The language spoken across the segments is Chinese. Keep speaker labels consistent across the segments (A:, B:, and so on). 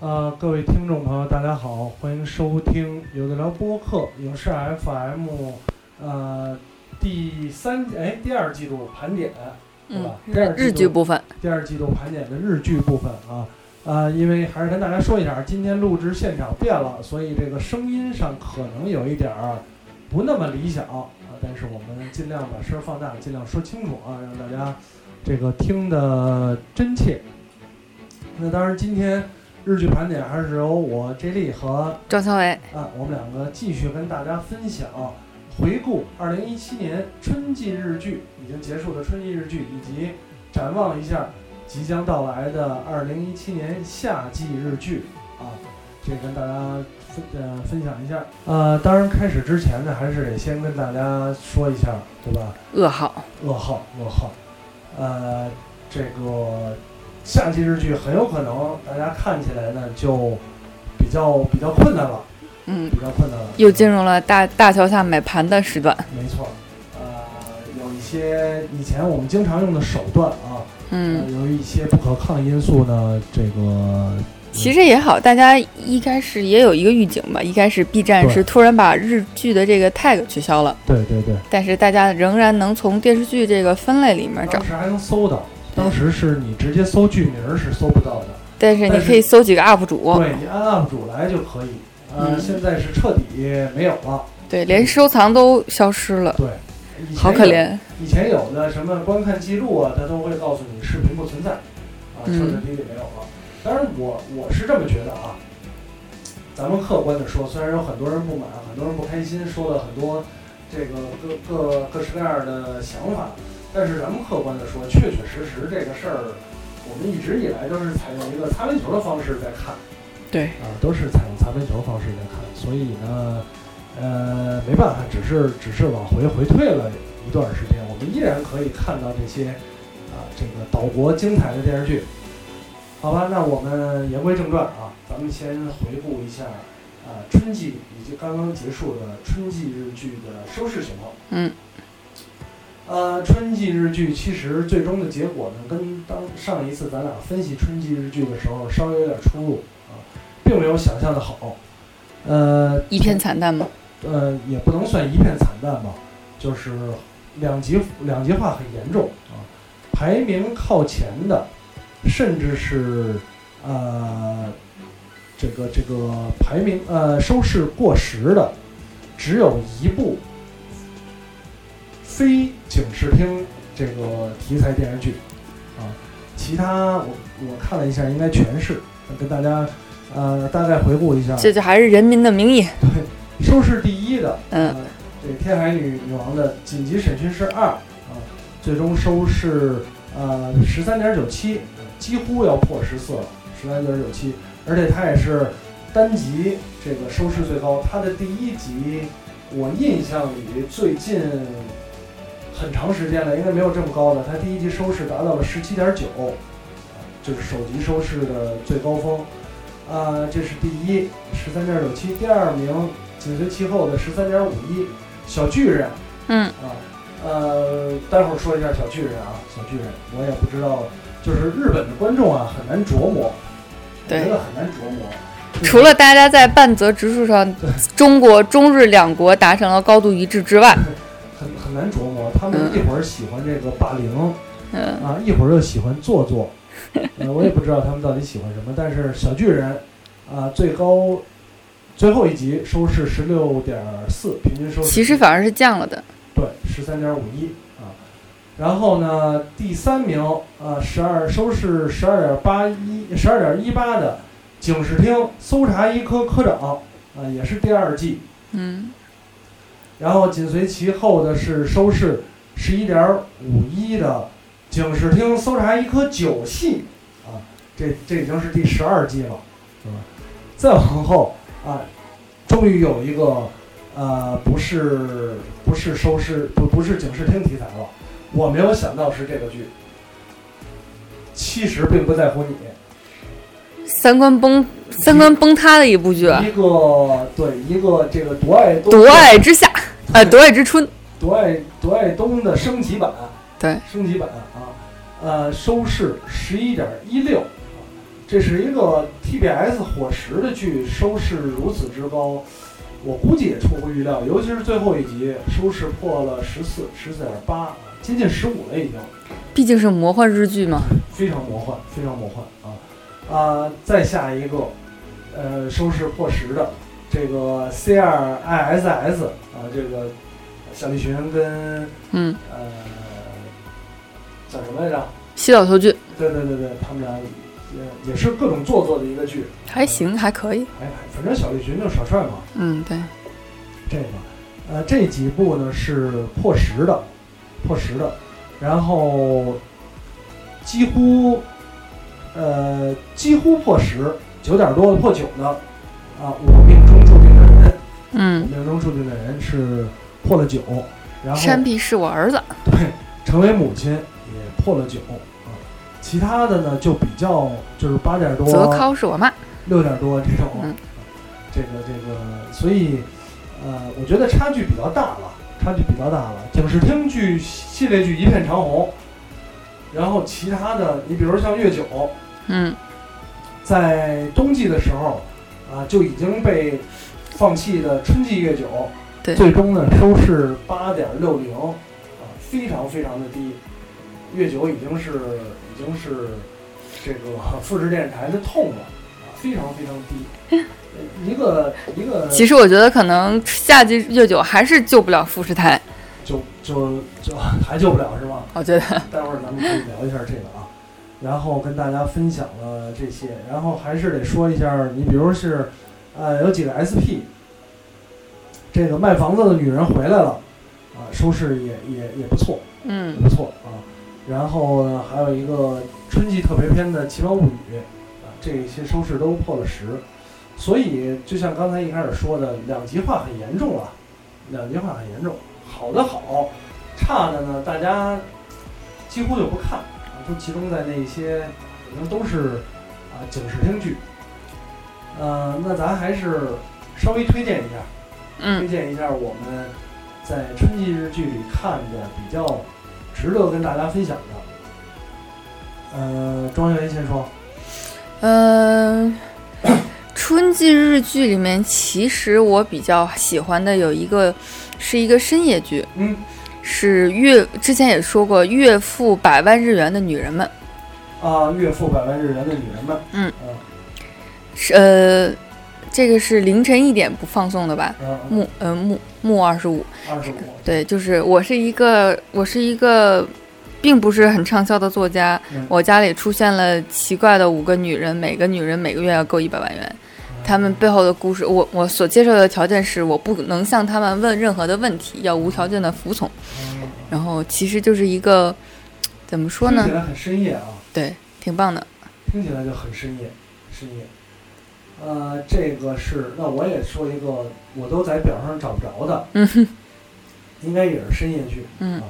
A: 呃，各位听众朋友，大家好，欢迎收听有的聊播客影视 FM，呃，第三哎第二季度盘点，对吧？第
B: 日
A: 二
B: 日
A: 季
B: 剧
A: 度
B: 部分，
A: 第二季度盘点的日剧部分啊，呃，因为还是跟大家说一下，今天录制现场变了，所以这个声音上可能有一点儿不那么理想啊，但是我们尽量把声儿放大，尽量说清楚啊，让大家这个听得真切。那当然，今天日剧盘点还是由我 J 莉和
B: 张小伟，
A: 啊，我们两个继续跟大家分享回顾二零一七年春季日剧已经结束的春季日剧，以及展望一下即将到来的二零一七年夏季日剧啊，这跟大家分呃分享一下。呃，当然开始之前呢，还是得先跟大家说一下，对吧？
B: 噩耗，
A: 噩耗，噩耗。呃，这个夏季日剧很有可能大家看起来呢就比较比较困难了。
B: 嗯，
A: 比较困难了。
B: 又进入了大大桥下买盘的时段，
A: 没错，呃，有一些以前我们经常用的手段啊，
B: 嗯，
A: 呃有一些不可抗因素呢，这个
B: 其实也好，大家一开始也有一个预警吧，一开始 B 站
A: 对
B: 是突然把日剧的这个 tag 取消了，
A: 对对对，
B: 但是大家仍然能从电视剧这个分类里面找
A: 当，时还能搜到，当时是你直接搜剧名儿是搜不到的，
B: 但是你可以搜几个 UP 主，
A: 对你按 UP 主来就可以。呃，
B: 嗯
A: 现在是彻底没有了，
B: 对，连收藏都消失了，
A: 对，以前
B: 呃好可
A: 有。
B: 怜，啊
A: 以前有的什么观看记录啊，它都会告诉你视频不存在，啊，
B: 嗯
A: 设置里没有了。当然我，我是这么觉得啊。咱们客观的说，虽然有很多人不满，很多人不开心，说了很多这个各各各式各样的想法，但是咱们客观的说，确确实实这个事儿，我们一直以来都是采用一个擦边球的方式在看。
B: 对
A: 啊，都是采用擦边球方式来看，所以呢，呃，没办法，只是只是往回回退了一段时间，我们依然可以看到这些啊、这个岛国精彩的电视剧。好吧，那我们言归正传啊，咱们先回顾一下啊、春季以及刚刚结束的春季日剧的收视情况。
B: 嗯。
A: 呃，春季日剧其实最终的结果呢，跟当上一次咱俩分析春季日剧的时候稍微有点出入啊，并没有想象的好。呃，
B: 一片惨淡嘛，
A: 呃，也不能算一片惨淡吧，就是两极两极化很严重啊。排名靠前的，甚至是呃，这个这个排名呃收视过时的，只有一部非警视厅这个题材电视剧啊，其他我我看了一下，应该全是跟大家呃大概回顾一下。
B: 这就还是《人民的名义》，
A: 收视第一的，
B: 嗯
A: 呃，这《天海女女王》的《紧急审讯室二》啊，最终收视呃十三点九七，几乎要破十四了，十三点九七，而且它也是单集这个收视最高，它的第一集我印象里最近很长时间了，应该没有这么高的，它第一集收视达到了十七点九，就是首集收视的最高峰。啊，这是第一，十三点九七，第二名紧随其后的十三点五一，小巨人
B: 嗯，
A: 啊，呃，待会儿说一下小巨人啊，小巨人，我也不知道，就是日本的观众啊很难琢磨，我觉
B: 对
A: 得。很难琢磨，就是
B: 除了大家在半泽直树上，中国中日两国达成了高度一致之外，
A: 很很难琢磨，他们
B: 嗯
A: 一会儿喜欢这个霸凌
B: 嗯，
A: 啊，一会儿又喜欢做作，呃，我也不知道他们到底喜欢什么，但是小巨人啊，最高最后一集收视十六点四，平均收视
B: 其实反而是降了的。
A: 对，十三点五一啊。然后呢，第三名啊，十二收视十二点八一，十二点一八的警视厅搜查一科科长啊，也是第二季。
B: 嗯，
A: 然后紧随其后的是收视十一点五一的警视厅搜查一科九系啊，这这已经是第十二季了，对吧？再往后啊，终于有一个呃，不是不是收视不不是警视厅题材了，我没有想到是这个剧。其实并不在乎你，嗯
B: 三观崩三观崩塌的一部剧，啊，
A: 一个对一个这个夺爱
B: 《
A: 东
B: 夺爱之夏》呃，《夺爱之春》。
A: 夺爱夺爱东的升级版，
B: 对，
A: 升级版啊，呃，收视十一点一六，这是一个 TBS 火石的剧，收视如此之高，我估计也出乎预料，尤其是最后一集收视破了十四十四点八，啊接近十五了已经，
B: 毕竟是魔幻日剧嘛。
A: 非常魔幻，非常魔幻啊啊！再下一个，呃，收视破十的这个 C R I S S 啊，这个小栗旬跟
B: 嗯，
A: 呃叫什么来着？
B: 西岛秀俊
A: 对对对对，他们俩也也是各种做作的一个剧，
B: 还行，还可以。
A: 哎，反正小栗旬就耍帅嘛，
B: 嗯，对，
A: 这个，呃，这几部呢是破十的，破十的，然后几乎，呃，几乎破十，九点多的破九的，啊，我命中注定的人，
B: 嗯，
A: 命中注定的人是破了九，然后
B: 山壁是我儿子。
A: 对，成为母亲也破了九啊，其他的呢就比较就是八点多，
B: 泽尻是我妈，
A: 六点多这种，
B: 嗯
A: 这个这个，所以呃，我觉得差距比较大了，差距比较大了。影视厅剧系列剧一片长红，然后其他的，你比如像月九，
B: 嗯，
A: 在冬季的时候啊、就已经被放弃的春季月九，
B: 对
A: 最终呢收视八点六零啊，非常非常的低。啊月九已经是已经是这个 复制电视台的痛了啊，非常非常低。 呃一个一个
B: 其实我觉得可能夏季月九还是救不了富士台，
A: 就就就还救不了是吗？
B: 我觉得，
A: 待会儿咱们可以聊一下这个啊，然后跟大家分享了这些，然后还是得说一下，你比如是，呃，有几个 SP，这个卖房子的女人回来了，啊，收视也也也不错，也
B: 嗯
A: 不错啊。然后呢，还有一个春季特别篇的《奇妙物语》，啊，这些收视都破了十，所以就像刚才一开始说的，两极化很严重了，啊两极化很严重，好的好，差的呢，大家几乎就不看，啊，都集中在那些可能都是啊警视厅剧，呃，那咱还是稍微推荐一下。推
B: 嗯，
A: 荐一下我们在春季日剧里看的比较值得跟大家分享的。呃，庄园先说，
B: 嗯、春季日剧里面，其实我比较喜欢的有一个是一个深夜剧，
A: 嗯
B: 是岳之前也说过《岳父百万日元的女人们》
A: 啊，岳父百万日元的女人们，
B: 嗯，是呃，这个是凌晨一点不放送的吧？
A: 呃，
B: 木呃木木二十五，
A: 二十五，
B: 对，就是我是一个我是一个，并不是很畅销的作家
A: 嗯，
B: 我家里出现了奇怪的五个女人，每个女人每个月要够一百万元，她们背后的故事，我我所接受的条件是我不能向她们问任何的问题，要无条件的服从，
A: 嗯
B: 然后其实就是一个怎么说
A: 听
B: 呢
A: 起？来很深夜啊，
B: 对，挺棒的，
A: 听起来就很深夜，深夜。呃，这个是，那我也说一个，我都在表上找不着的，
B: 嗯哼，
A: 应该也是深夜剧，
B: 嗯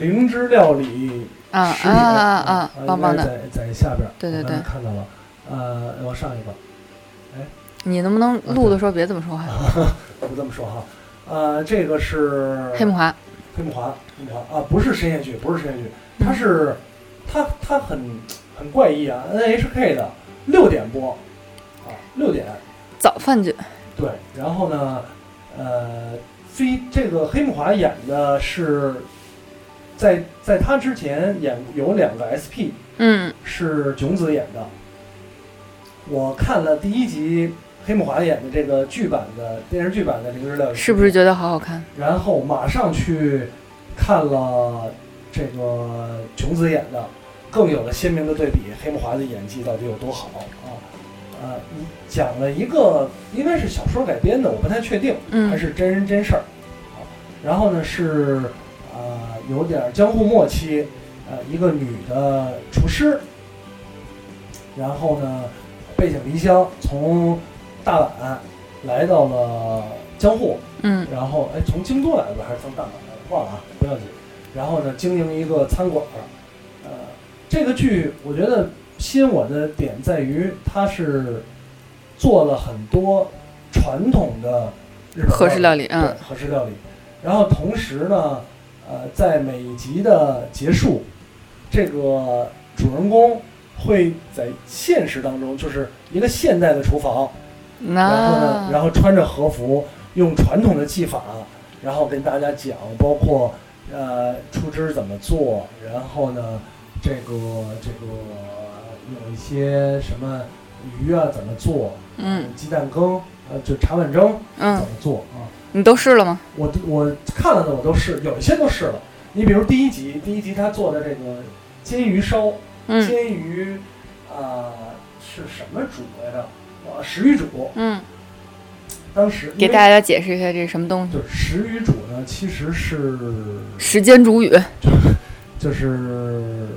A: 《灵芝料理
B: 啊
A: 视
B: 啊
A: 野
B: 啊
A: 啊
B: 啊，棒棒的。
A: 在在下边儿，
B: 对对
A: 我刚才
B: 对
A: 看到了，呃，我上一个，
B: 你能不能
A: 嗯
B: 录的时候别这么说话？
A: 不这么说哈，呃，这个是
B: 黑木华，
A: 黑木华，黑木华啊，不是深夜剧，不是深夜剧，
B: 嗯
A: 它嗯是它它很很怪异啊，NHK 的六点播啊，六点
B: 早饭剧，
A: 对，然后呢，呃，非这个黑木华演的是在在他之前演有两个 SP，
B: 嗯
A: 是炯子演的。我看了第一集黑木华演的这个剧版的电视剧版的《灵芝料理》，
B: 是不是？觉得好好看？
A: 然后马上去看了这个炯子演的，更有了鲜明的对比，黑木华的演技到底有多好啊！呃，讲了一个应该是小说改编的，我不太确定。还
B: 嗯
A: 是真人真事儿。啊然后呢是呃有点江户末期，呃一个女的厨师，然后呢背井离乡，从大阪来到了江户，
B: 嗯
A: 然后哎，从京都来的吧，还是从大阪来的，忘了啊，不要紧。然后呢，经营一个餐馆儿，呃，这个剧我觉得吸引我的点在于，它是做了很多传统的日本
B: 和式料
A: 理，
B: 理，
A: 对
B: 嗯，
A: 和式料理。然后同时呢，呃，在每一集的结束，这个主人公会在现实当中，就是一个现代的厨房，然后呢，
B: 那
A: 然后穿着和服，用传统的技法，然后跟大家讲，包括呃出汁怎么做，然后呢，这个这个有一些什么鱼啊怎么做，
B: 嗯，
A: 鸡蛋羹，呃，就茶碗蒸怎
B: 嗯
A: 么，做啊？
B: 你都试了吗？
A: 我都我看了的我都试，有一些都试了。你比如第一集，第一集他做的这个煎鱼烧，
B: 嗯
A: 煎鱼啊、是什么煮来着？啊，石鱼煮。
B: 嗯，
A: 当时因为
B: 给大家解释一下这是什么东西。
A: 就是石鱼煮呢，其实是
B: 时间煮雨，
A: 就是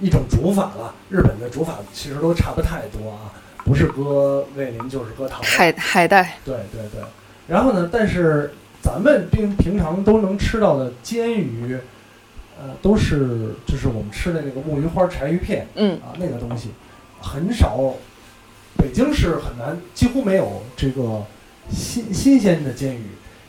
A: 一种煮法了。日本的煮法其实都差不太多啊，不是搁味淋就是搁糖。
B: 海海带，
A: 对对对。然后呢，但是咱们平平常都能吃到的煎鱼，呃，都是就是我们吃的那个木鱼花柴鱼片
B: 嗯
A: 啊，那个东西很少，北京是很难，几乎没有这个新新鲜的煎鱼，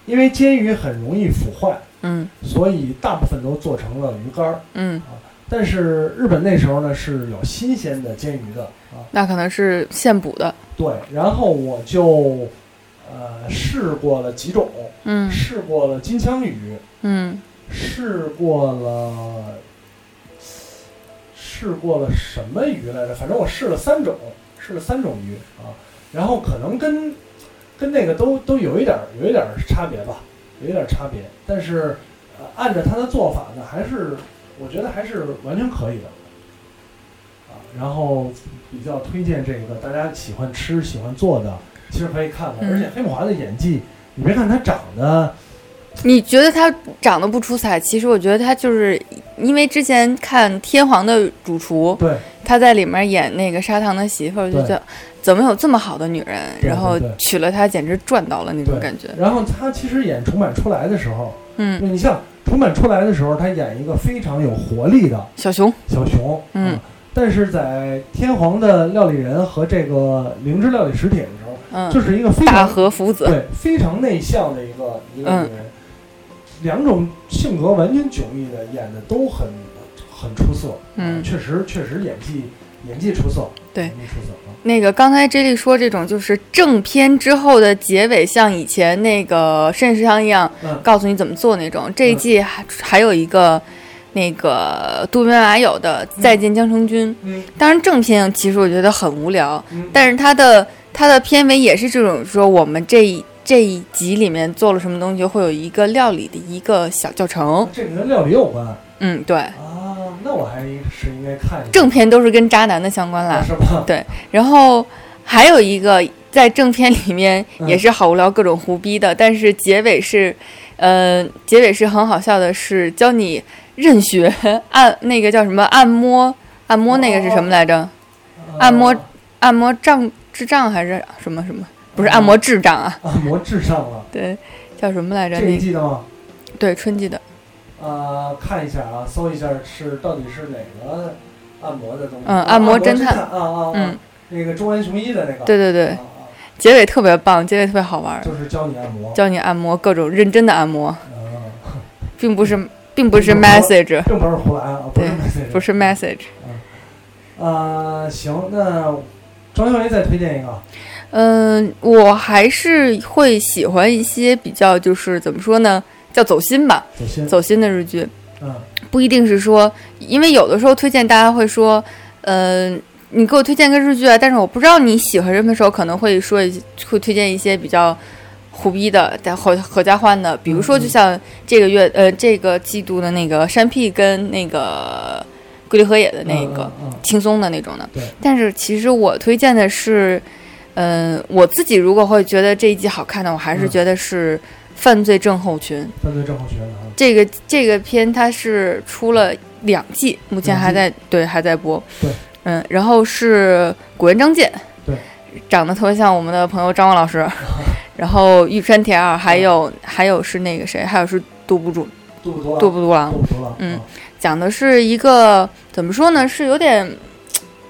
A: 因为煎鱼很容易腐坏。
B: 嗯
A: 所以大部分都做成了鱼干儿。
B: 嗯，
A: 但是日本那时候呢是有新鲜的煎鱼的啊，
B: 那可能是现捕的。
A: 对。然后我就呃试过了几种，
B: 嗯
A: 试过了金枪鱼，
B: 嗯
A: 试过了试过了什么鱼来着？反正我试了三种，试了三种鱼啊。然后可能跟跟那个都都有一点儿有一点儿差别吧，有一点儿差别。但是呃，按照他的做法呢，还是我觉得还是呃完全可以的啊。然后比较推荐这个大家喜欢吃喜欢做的，其实可以看看。
B: 嗯
A: 而且黑木华的演技，你别看他长得
B: 你觉得他长得不出彩，其实我觉得他就是因为之前看《天皇的主厨》，
A: 对
B: 他在里面演那个砂糖的媳妇儿，就
A: 对
B: 觉得怎么有这么好的女人？
A: 对
B: 然后
A: 对对
B: 娶了她，简直赚到了那种
A: 对
B: 感觉。
A: 然后他其实演重版出来的时候，
B: 嗯，
A: 你像重版出来的时候，他演一个非常有活力的
B: 小熊，
A: 小熊，
B: 嗯
A: 啊，但是在《天皇的料理人》和这个《灵芝料理实帖》的时候，
B: 嗯，
A: 就是一个非
B: 大
A: 常
B: 和福子，
A: 对非常内向的一个一个
B: 嗯
A: 女人，两种性格完全迥异的，演的都很很出色，啊
B: 嗯
A: 确实确实演技演技出色，
B: 对
A: 演技出色啊，
B: 那个刚才 J 莉说这种就是正片之后的结尾，像以前那个《甚食堂》一样，
A: 嗯
B: 告诉你怎么做那种。这一季还还有一个。那个渡边麻友的《再见江城君》，
A: 嗯
B: 当然正片其实我觉得很无聊，
A: 嗯，
B: 但是它的它的片尾也是这种说我们这一这一集里面做了什么东西，会有一个料理的一个小教程。
A: 这个跟料理有关
B: 嗯，对，
A: 啊，那我还是应该看一下，
B: 正片都是跟渣男的相关啦。
A: 是吧？
B: 然后还有一个在正片里面
A: 嗯
B: 也是好无聊，各种胡逼的，但是结尾是，呃，结尾是很好笑的，是教你认学 按那个叫什么按摩按摩那个是什么来
A: 哦
B: 着？ 按摩
A: 啊
B: 按摩障智障还是什么什么？不是按摩智障啊，
A: 按摩智障了，
B: 对，叫什么来着？
A: 这
B: 那
A: 一嗯
B: 个
A: 季的吗？
B: 对春季的，
A: 呃，看一下啊，搜一下是到底是哪个按摩的东西？啊
B: 嗯按
A: 按
B: 摩侦
A: 侦
B: 探
A: 啊啊，啊
B: 嗯，，
A: 那个中原雄一的那个，
B: 对对对
A: 啊，，啊
B: 结尾特别棒，结尾特别好玩儿，
A: 就是教你按摩，
B: 教你按摩各种认真的按摩，
A: 嗯，
B: 并不是并不是
A: 并不是
B: message，
A: 并不是胡来啊，不是
B: 对
A: message
B: 不是 message。
A: 呃，行，那张秀梅再推荐一个，
B: 嗯，我还是会喜欢一些比较就是怎么说呢，叫走心吧，
A: 走心，
B: 走心的日剧，
A: 嗯，
B: 不一定是说，因为有的时候推荐大家会说，嗯。你给我推荐个日剧啊，但是我不知道你喜欢什么时候，可能会说一些会推荐一些比较胡逼的、但合合家欢的，比如说
A: 嗯嗯
B: 就像这个月呃这个季度的那个山 P 跟那个龟梨和也的那个，
A: 嗯，嗯
B: 轻松的那种的
A: 对。
B: 但是其实我推荐的是，嗯、我自己如果会觉得这一季好看的，我还是
A: 嗯
B: 觉得是《犯罪症候群》
A: 嗯犯罪症候群啊，
B: 这个这个片，它是出了两季，目前
A: 两季
B: 还在对还在播。
A: 对，
B: 嗯，然后是古原张介，
A: 对，
B: 长得特别像我们的朋友张望 老师，然后玉山铁二，还有还有是那个谁，还有是杜不住
A: 肚不多了，
B: 杜不杜郎，
A: 肚不多了，
B: 嗯
A: 啊，
B: 讲的是一个怎么说呢，是有点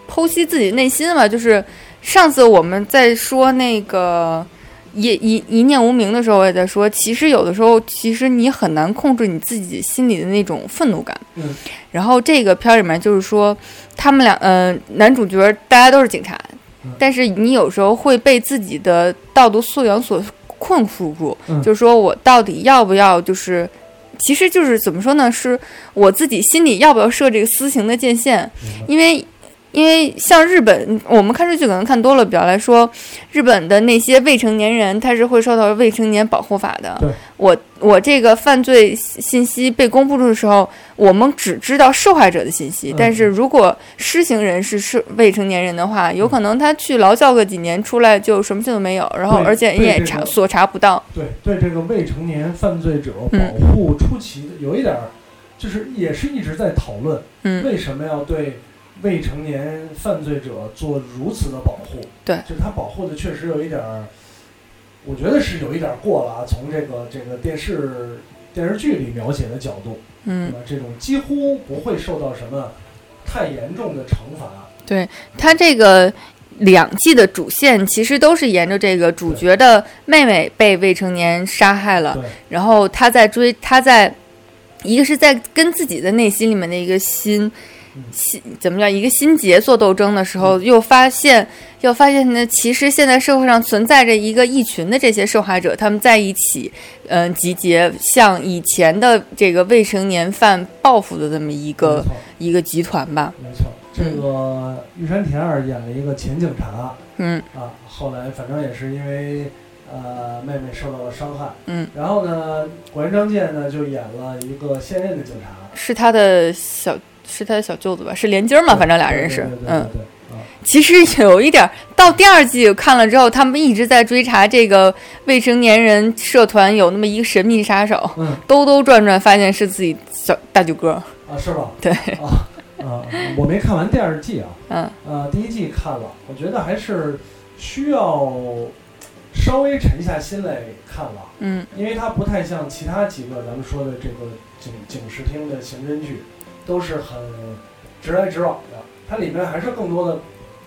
B: 嘖剖析自己内心吧。就是上次我们在说那个也一一念无明的时候，我也在说，其实有的时候，其实你很难控制你自己心里的那种愤怒感。
A: 嗯。
B: 然后这个片儿里面就是说，他们俩，呃，男主角大家都是警察，
A: 嗯
B: 但是你有时候会被自己的道德素养所困缚住，
A: 嗯
B: 就是说我到底要不要就是。其实就是怎么说呢？是我自己心里要不要设这个私情的界限？
A: 明白
B: 因为，因为像日本，我们看日剧可能看多了，比较来说，日本的那些未成年人，他是会受到未成年保护法的
A: 对。
B: 我我这个犯罪信息被公布的时候，我们只知道受害者的信息，
A: 嗯
B: 但是如果施行人是是未成年人的话，有可能他去劳教个几年出来就什么事都没有，然后
A: 对
B: 而且你
A: 对
B: 也
A: 这
B: 查
A: 个
B: 所查不到。
A: 对对，这个未成年犯罪者
B: 嗯
A: 保护出奇的有一点儿，就是也是一直在讨论
B: 嗯，
A: 为什么要对未成年犯罪者做如此的保护？
B: 对
A: 就是他保护的确实有一点儿，我觉得是有一点儿过了啊。从这个这个电视电视剧里描写的角度，对
B: 嗯，
A: 吧？这种几乎不会受到什么太严重的惩罚。
B: 他这个。两季的主线其实都是沿着这个主角的妹妹被未成年杀害了，
A: 对，
B: 然后他在追，他在一个是在跟自己的内心里面的一个心
A: 嗯
B: 心怎么叫一个心结做斗争的时候，又发现又发现呢，其实现在社会上存在着一个一群的这些受害者，他们在一起，嗯、集结向以前的这个未成年犯报复的这么一
A: 没
B: 个
A: 错，
B: 一个集团吧，
A: 没错。这个玉山田二演了一个前警察
B: 嗯
A: 啊，后来反正也是因为呃妹妹受到了伤害，
B: 嗯，
A: 然后呢，果然张健呢就演了一个现任的警察。
B: 是他的小。是他的小舅子吧，是连襟儿嘛，反正俩人是，
A: 对对对
B: 嗯，
A: 对对啊
B: 其实有一点儿，到第二季看了之后，他们一直在追查这个未成年人社团有那么一个神秘杀手，
A: 嗯
B: 兜兜转转发现是自己小大舅哥。
A: 啊，是吧？
B: 对
A: 啊啊，我没看完第二季啊，
B: 嗯
A: 呃，第一季看了，我觉得还是需要稍微沉下心来看了，
B: 嗯
A: 因为它不太像其他几个咱们说的这个警警视厅的刑侦剧，都是很直来直往的，它里面还是更多的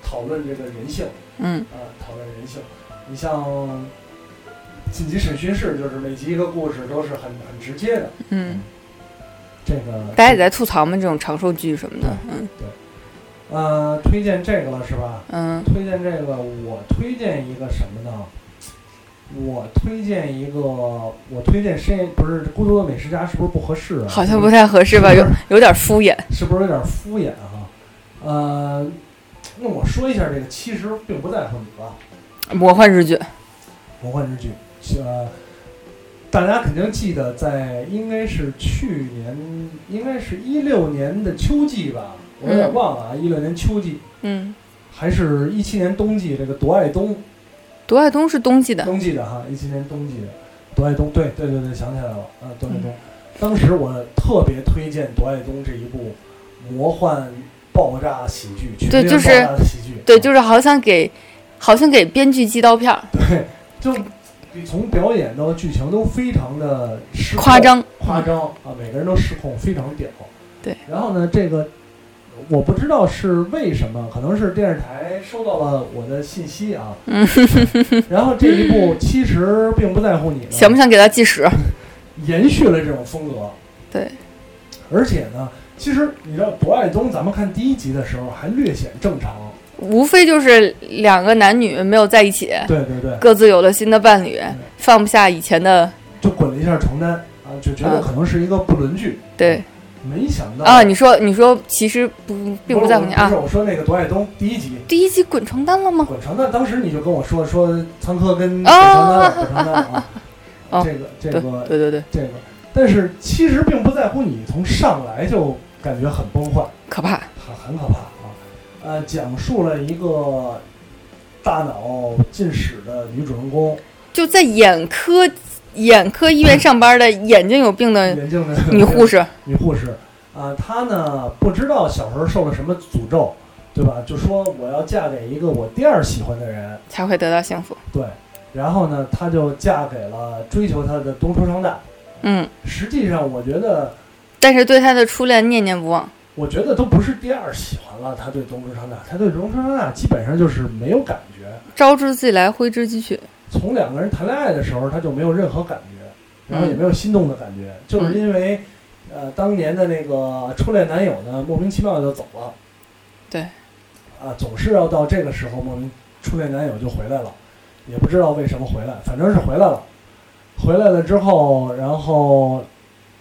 A: 讨论这个人性。
B: 嗯
A: 呃，讨论人性。你像《紧急审讯室》，就是每集一个故事都是很很直接的。
B: 嗯，
A: 这个
B: 大家也在吐槽嘛，这种长寿剧什么的。嗯
A: 呃，推荐这个了是吧？
B: 嗯
A: 推荐这个，我推荐一个什么呢？我推荐一个，我推荐深夜不是《孤独的美食家》，是不是不合适啊？
B: 嗯好像不太合适吧，
A: 是
B: 有
A: 不是
B: 有点敷衍。
A: 是不是有点敷衍啊？呃，那我说一下这个，其实并不在乎你吧。
B: 魔幻日剧，
A: 魔幻之剧，呃，大家肯定记得在应该是去年，应该是一六年的秋季吧，我有点忘了啊，一六年秋季
B: 嗯，
A: 还是一七年冬季？这个夺爱冬
B: 夺爱东是冬季的。
A: 冬季的哈，一七年冬季的夺爱冬，对对对对，想起来了，啊，夺爱冬，
B: 嗯
A: 当时我特别推荐夺爱冬这一部魔幻爆炸喜剧，全
B: 对
A: 面
B: 就是
A: 爆炸的喜剧，嗯
B: 对，就是好像给，好像给编剧寄刀片儿，
A: 对，就从表演到剧情都非常的失控
B: 夸张。
A: 夸张啊，每个人都失控，非常屌。
B: 对，
A: 然后呢，这个我不知道是为什么，可能是电视台收到了我的信息啊。
B: 嗯
A: 然后这一部其实并不在乎你呢，
B: 想不想给他计时？
A: 延续了这种风格。
B: 对，
A: 而且呢，其实你知道《博爱东》，咱们看第一集的时候还略显正常。
B: 无非就是两个男女没有在一起，
A: 对对对，
B: 各自有了新的伴侣，放不下以前的
A: 就滚了一下床单啊，就觉得
B: 啊
A: 可能是一个不伦剧。
B: 对
A: 没想到
B: 啊。你说，你说，其实不并不在乎你
A: 不
B: 啊
A: 是。我说那个《博爱东》第一集，
B: 第一集滚床单了吗？
A: 滚床单，当时你就跟我说说仓科跟滚床单
B: 哦
A: 了，滚床单啊，
B: 哦
A: 这个这
B: 对
A: 个
B: 对对对，
A: 这个，但是其实并不在乎你从上来就感觉很崩坏，
B: 可怕。
A: 很很可怕啊。呃，讲述了一个大脑进屎的女主人公，
B: 就在眼科眼科医院上班的眼睛有病的
A: 眼镜的
B: 哎女护士，
A: 女护士啊，她呢不知道小时候受了什么诅咒，对吧？就说我要嫁给一个我第二喜欢的人，
B: 才会得到幸福。
A: 对。然后呢，她就嫁给了追求她的东出昌大。
B: 嗯，
A: 实际上，我觉得，
B: 但是对她的初恋念念不忘。
A: 我觉得都不是第二喜欢了。他对东出昌大，他对东出昌大基本上就是没有感觉，
B: 招之即来，挥之即去。
A: 从两个人谈恋爱的时候，他就没有任何感觉，然后也没有心动的感觉，就是因为呃当年的那个初恋男友呢，莫名其妙就走了。
B: 对。
A: 啊，总是要到这个时候，莫名初恋男友就回来了，也不知道为什么回来，反正是回来了。回来了之后，然后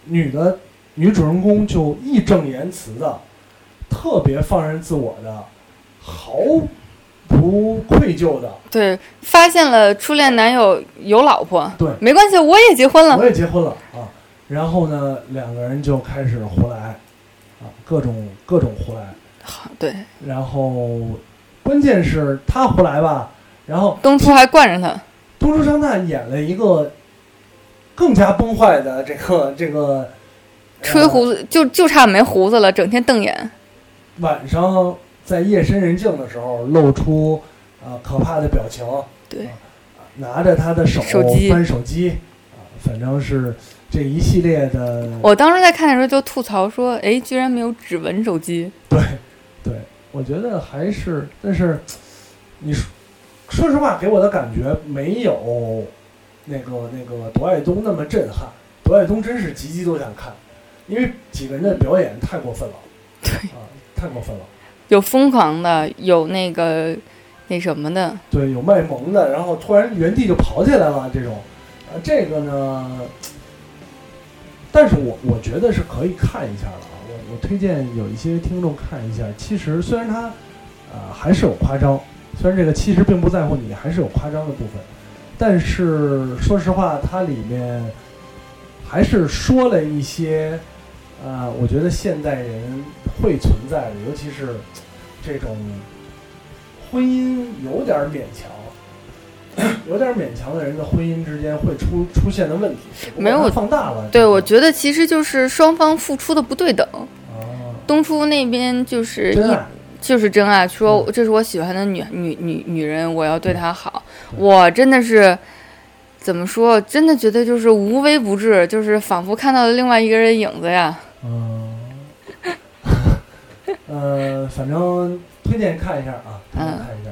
A: 女的女主人公就义正言辞的，特别放任自我的，毫不愧疚的，
B: 对，发现了初恋男友有老婆，
A: 对
B: 没关系，我也结 婚了
A: 我，也结婚了啊。然后呢，两个人就开始胡来，啊，各种各种胡来。
B: 好对，
A: 然后关键是他胡来吧，然后
B: 东初还惯着他，
A: 东出昌大演了一个更加崩坏的这个这个呃
B: 吹胡子就就差没胡子了，整天瞪眼，
A: 晚上在夜深人静的时候露出啊、呃可怕的表情，
B: 对
A: 啊拿着他的手
B: 手机
A: 翻手机，啊、反正是这一系列的，
B: 我当时在看的时候就吐槽说，哎，居然没有指纹手机，
A: 对对，我觉得还是，但是你说说实话，给我的感觉没有那个那个夺爱东那么震撼，夺爱东真是集集都想看，因为几个人的表演太过分了，
B: 对，
A: 啊，太过分了。
B: 有疯狂的，有那个那什么的，
A: 对，有卖萌的，然后突然原地就跑起来了这种，呃，这个呢，但是我我觉得是可以看一下的啊，我我推荐有一些听众看一下。其实虽然它，呃，还是有夸张，虽然这个其实并不在乎你，还是有夸张的部分，但是说实话，它里面还是说了一些，呃，我觉得现代人会存在的，尤其是这种。婚姻有点勉强，有点勉强 的人的婚姻之间会出出现的问题，
B: 没有
A: 我把它放大了。
B: 对我觉得其实就是双方付出的不对等，
A: 啊，
B: 东初那边就是
A: 真啊
B: 一
A: 爱，
B: 就是真爱，说
A: 嗯
B: 这是我喜欢的女女女女人，我要对她好。
A: 对
B: 我真的是怎么说？真的觉得就是无微不至，就是仿佛看到了另外一个人影子呀。
A: 嗯， 呃，反正推荐看一下啊，推荐看一下。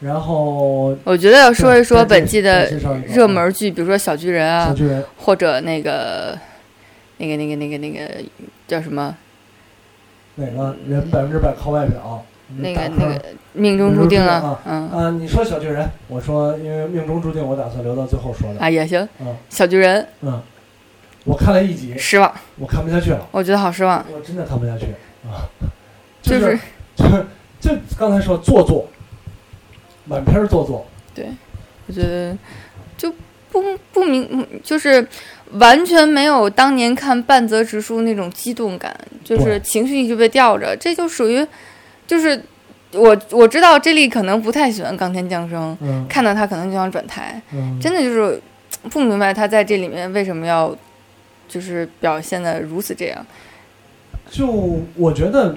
A: 然后
B: 我觉得要嗯说一说
A: 对
B: 本季的
A: 介绍一个
B: 热门剧，比如说《小巨人》
A: 小
B: 啊，
A: 巨人，
B: 或者那个那个那个那个那个叫什么？
A: 哪个人百分之百靠外表？
B: 那
A: 打
B: 个
A: 坑
B: 那个命中注定
A: 命中注
B: 啊，嗯
A: 啊，你说小巨人，我说因为命中注定，我打算留到最后说的。
B: 啊也行，
A: 嗯
B: 小巨人
A: 嗯，我看了一集，
B: 失望，
A: 我看不下去了。
B: 我觉得好失望，
A: 我真的看不下去啊！
B: 就是是
A: 就 就刚才说做作，满篇儿做作，
B: 我觉得就不不明，嗯就是完全没有当年看半泽直树那种激动感，就是
A: 对
B: 情绪一直被吊着，这就属于就是我我知道这里可能不太喜欢冈田将生，
A: 嗯
B: 看到他可能就想转台，
A: 嗯，
B: 真的就是嘖不明白他在这里面为什么要就是表现的如此这样，
A: 就我觉得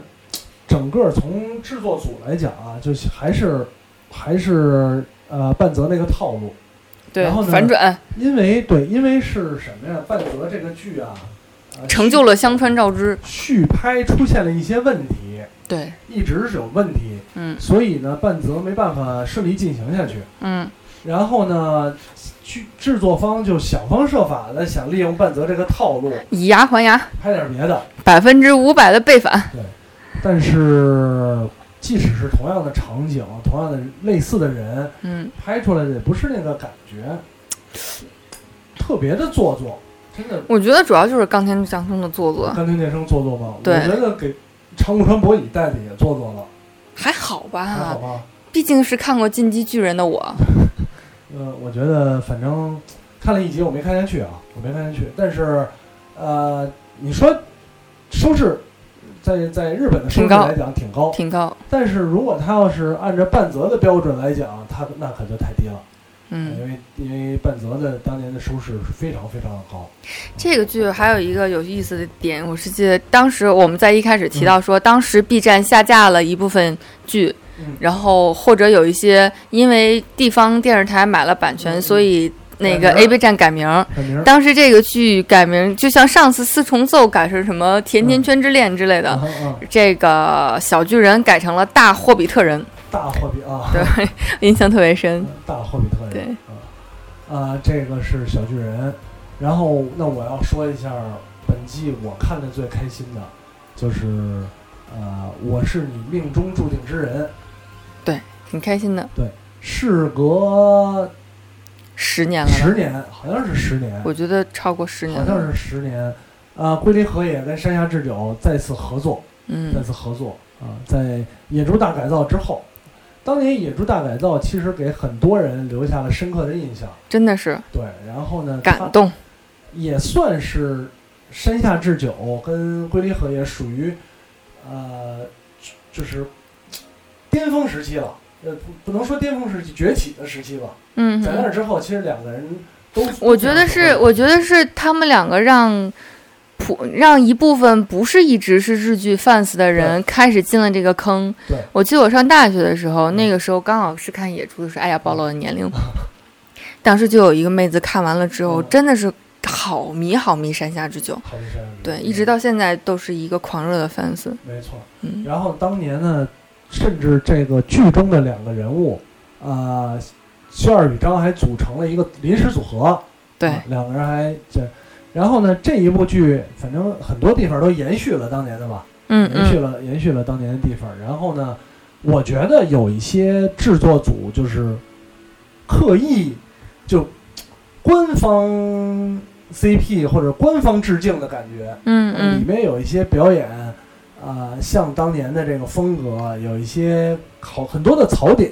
A: 整个从制作组来讲啊，就是还是还是呃半泽那个套路，
B: 对
A: 然后呢
B: 反转
A: 因为对，因为是什么呀？半泽这个剧啊，呃
B: 成就了香川照之，
A: 续续拍出现了一些问题，
B: 对，
A: 一直是有问题，
B: 嗯
A: 所以呢，半泽没办法顺利进行下去。
B: 嗯
A: 然后呢，剧制作方就想方设法的想利用半泽这个套路
B: 以牙还牙，
A: 拍点别的，
B: 百分之五百的背反，
A: 但是即使是同样的场景、同样的类似的人，
B: 嗯。
A: 拍出来的也不是那个感觉，特别的做作，真的
B: 我觉得主要就是冈田将生的做作，
A: 甘田健生做作吗？
B: 对
A: 我觉得给长谷川博己带的也做作了，
B: 还好
A: 还好
B: 吧？
A: 吧？
B: 毕竟是看过《进击巨人》的我，
A: 呃，我觉得反正看了一集我没看下去啊，我没看下去。但是，呃，你说收视在在日本的收视
B: 挺高
A: 来讲挺高，
B: 挺高，
A: 但是如果他要是按照半泽的标准来讲，他那可就太低了，啊因
B: 嗯。
A: 为因为半泽的当年的收视是非常非常的高。
B: 这个剧还有一个有意思的点，我是记得当时我们在一开始提到说，当时 B 站下架了一部分剧，
A: 嗯，
B: 然后或者有一些因为地方电视台买了版权，
A: 嗯嗯
B: 所以那个
A: 改名
B: A
A: 儿
B: B 站改名儿。
A: 改名儿
B: 当时这个剧改名，就像上次《四重奏》改成什么《甜甜圈之恋》之类的，
A: 嗯嗯嗯
B: 这个小巨人改成了大霍比特人，
A: 大霍比啊，嗯
B: 对，印象特别深。
A: 大霍比特人，
B: 对
A: 啊，啊、这个是小巨人。然后，那我要说一下本季我看的最开心的，就是呃，我是你命中注定之人，
B: 挺开心的，
A: 事隔
B: 十年了吧？
A: 十年，好像是十年，
B: 我觉得超过十年
A: 好像
B: 了。
A: 是十年。啊，龟梨和也跟山下智久再次合作，再
B: 嗯
A: 次合作啊，在野猪大改造之后，当年野猪大改造其实给很多人留下了深刻的印象。，
B: 真的是
A: 对，然后呢，它
B: 感动。
A: 也算是山下智久跟龟梨和也属于呃，就就是巅峰时期了。呃，不不能说巅峰时期，崛起的时期吧。
B: 嗯
A: 在那
B: 哼，
A: 之后，其实两个人都，
B: 我觉得是，我觉得是他们两个让普让一部分不是一直是日剧 fans 的人开始进了这个坑
A: 对。嗯
B: 我记得我上大学的时候，那个时候刚好是看野猪的时候，哎呀，暴露了 年龄。当时就有一个妹子看完了之后，
A: 嗯
B: 真的是好迷好迷山下智久，
A: 好像是
B: 对，一
A: 嗯
B: 直到现在都是一个狂热的 fans。
A: 没错。
B: 嗯，
A: 然后当年呢，甚至这个剧中的两个人物，啊、薛二与张还组成了一个临时组合，
B: 对
A: 啊，两个人还这。然后呢，这一部剧反正很多地方都延续了当年的吧，
B: 嗯
A: 延续
B: 嗯，
A: 了延续了当年的地方。然后呢，我觉得有一些制作组就是刻意就官方 CP 或者官方致敬的感觉，
B: 嗯
A: 里
B: 嗯，
A: 面有一些表演，啊，像当年的这个风格，有一些好很多的槽点。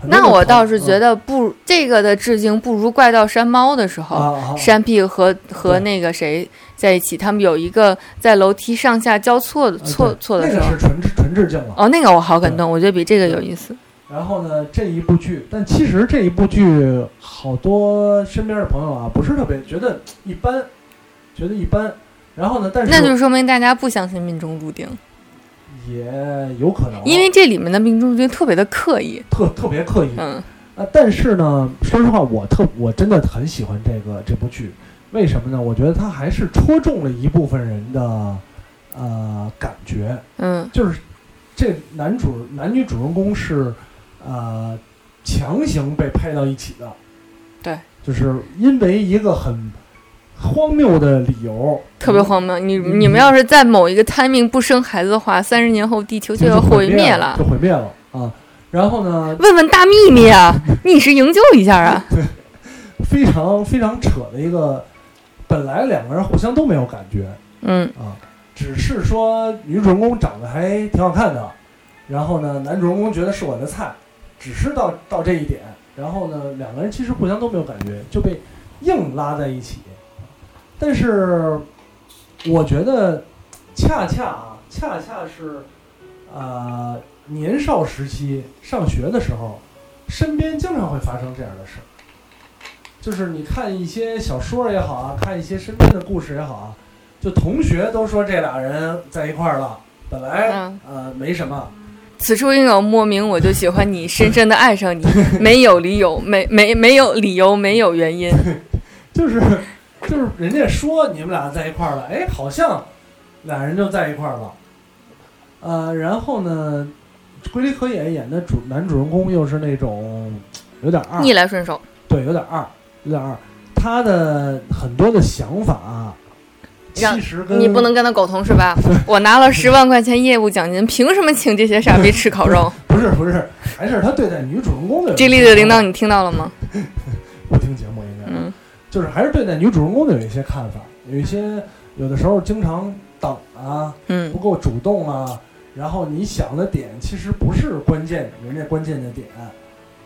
A: 很多的
B: 那我
A: 槽
B: 倒是觉
A: 嗯
B: 得不，这个的致敬不如怪盗山猫的时候。
A: 啊啊，啊
B: 山屁和和
A: 对
B: 那个谁在一起，他们有一个在楼梯上下交错
A: 呃
B: 错
A: 对
B: 错的
A: 那
B: 时
A: 个
B: 候
A: 是，纯纯致敬了。
B: 哦，那个我好感动，我觉得比这个有意思。
A: 然后呢，这一部剧，但其实这一部剧，好多身边的朋友啊，不是特别觉得一般，觉得一般。然后呢，但是
B: 那就说明大家不相信命中注定，
A: 哦也有可能，
B: 因为这里面的命中注定特别的刻意。
A: 特特别刻意。
B: 嗯
A: 啊，但是呢，说实话，我特我真的很喜欢这个这部剧，为什么呢？我觉得它还是戳中了一部分人的呃感觉，
B: 嗯
A: 就是这男主男女主人公是呃强行被拍到一起的，
B: 对，
A: 就是因为一个很荒谬的理由，
B: 特别荒谬。你
A: 嗯
B: 你们要是在某一个 timing 不生孩子的话，三十年后地球
A: 嗯就
B: 就要
A: 毁
B: 毁灭
A: 了，就
B: 了。
A: 毁灭了啊。然后呢，
B: 问问大秘密啊，你是营救一下啊？
A: 非常非常扯的一个，本来两个人互相都没有感觉。
B: 嗯，
A: 啊，只是说女主人公长得还挺好看的，然后呢，男主人公觉得是我的菜，只是到到这一点，然后呢，两个人其实互相都没有感觉，就被硬拉在一起。但是我觉得，恰恰啊，恰恰是，呃，年少时期上学的时候，身边经常会发生这样的事儿。就是你看一些小说也好啊，看一些身边的故事也好啊，就同学都说这俩人在一块儿了，本来、
B: 嗯
A: 呃没什么，
B: 此处应有莫名，我就喜欢你，深深的爱上你，没有理由，没没没有理由，没有原因。
A: 就是就是人家说你们俩在一块儿了，哎，好像俩人就在一块儿了。呃，然后呢，龟梨和也演的主男主人公又是那种有点二，
B: 逆来顺受。
A: 对，有点二，有点二。他的很多的想法啊，
B: 让
A: 其实跟
B: 你不能跟他苟同是吧？我拿了十万块钱业务奖金，凭什么请这些傻逼吃烤 肉？
A: 不是不是，还是他对待女主人公的有
B: 这
A: 一
B: 例
A: 些
B: 子领导
A: 看
B: 你听到了吗？
A: 法不听节目应该。
B: 嗯
A: 就是还是对待女主人公的有一些看法，有一些有的时候经常等啊，不
B: 嗯
A: 够主动啊，然后你想的点其实不是关键，人家关键的点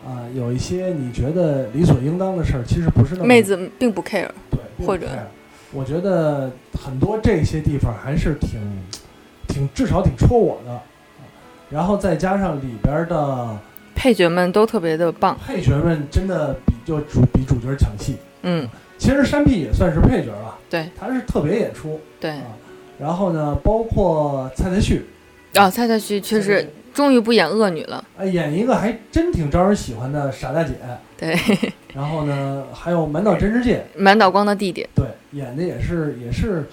A: 啊，有一些你觉得理所应当的事儿，其实不是那么
B: 妹子并不 care。
A: 对，并不
B: 或者
A: care 我觉得很多这些地方还是挺挺至少挺戳我的，然后再加上里边的
B: 配角们都特别的棒。
A: 配角们真的比就主比主角抢戏，
B: 嗯，
A: 其实山屁也算是配角了，
B: 对，
A: 他是特别演出。
B: 对。
A: 然后呢，包括蔡蔡旭，
B: 哦，蔡蔡旭确实终于不演恶女了。
A: 呃，演一个还真挺招人喜欢的傻大姐。
B: 对，
A: 然后呢，还有满岛真之介，
B: 满岛光的弟弟。
A: 对，演的也是也是，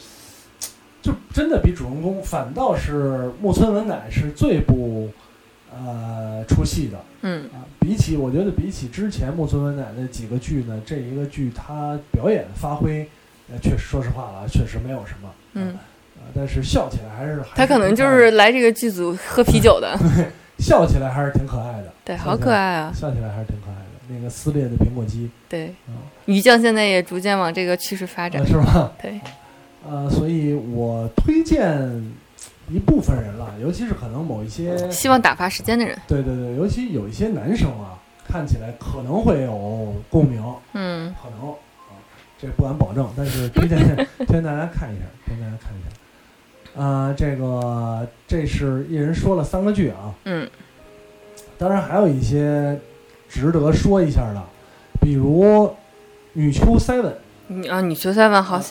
A: 就真的比主人公反倒是木村文乃是最不呃出戏的
B: 嗯
A: 啊。比起我觉得比起之前木村文乃的几个剧呢，这一个剧他表演发挥，呃，确实说实话了，确实没有什么。
B: 嗯，
A: 啊，但是笑起来还是还
B: 他可能
A: 挺
B: 就
A: 可爱
B: 是来这个剧组喝啤酒 的，
A: 笑起来还是挺可爱的，
B: 对，好可爱啊！
A: 笑起来还是挺可爱的。那个撕裂的苹果肌，
B: 对
A: 嗯，
B: 于酱现在也逐渐往这个趋势发展
A: 呃、。是吧？
B: 对，
A: 呃，所以我推荐一部分人了，尤其是可能某一些，
B: 嗯希望打发时间的人，
A: 对对对，尤其有一些男生啊，看起来可能会有共鸣，
B: 嗯，
A: 可能啊，这不敢保证，但是推 荐推荐大家看一下，推荐大家看一下。呃，这个这是一人说了三个剧啊，
B: 嗯，
A: 当然还有一些值得说一下的，比如《女囚 seven》，
B: 你啊，女球三万好
A: 啊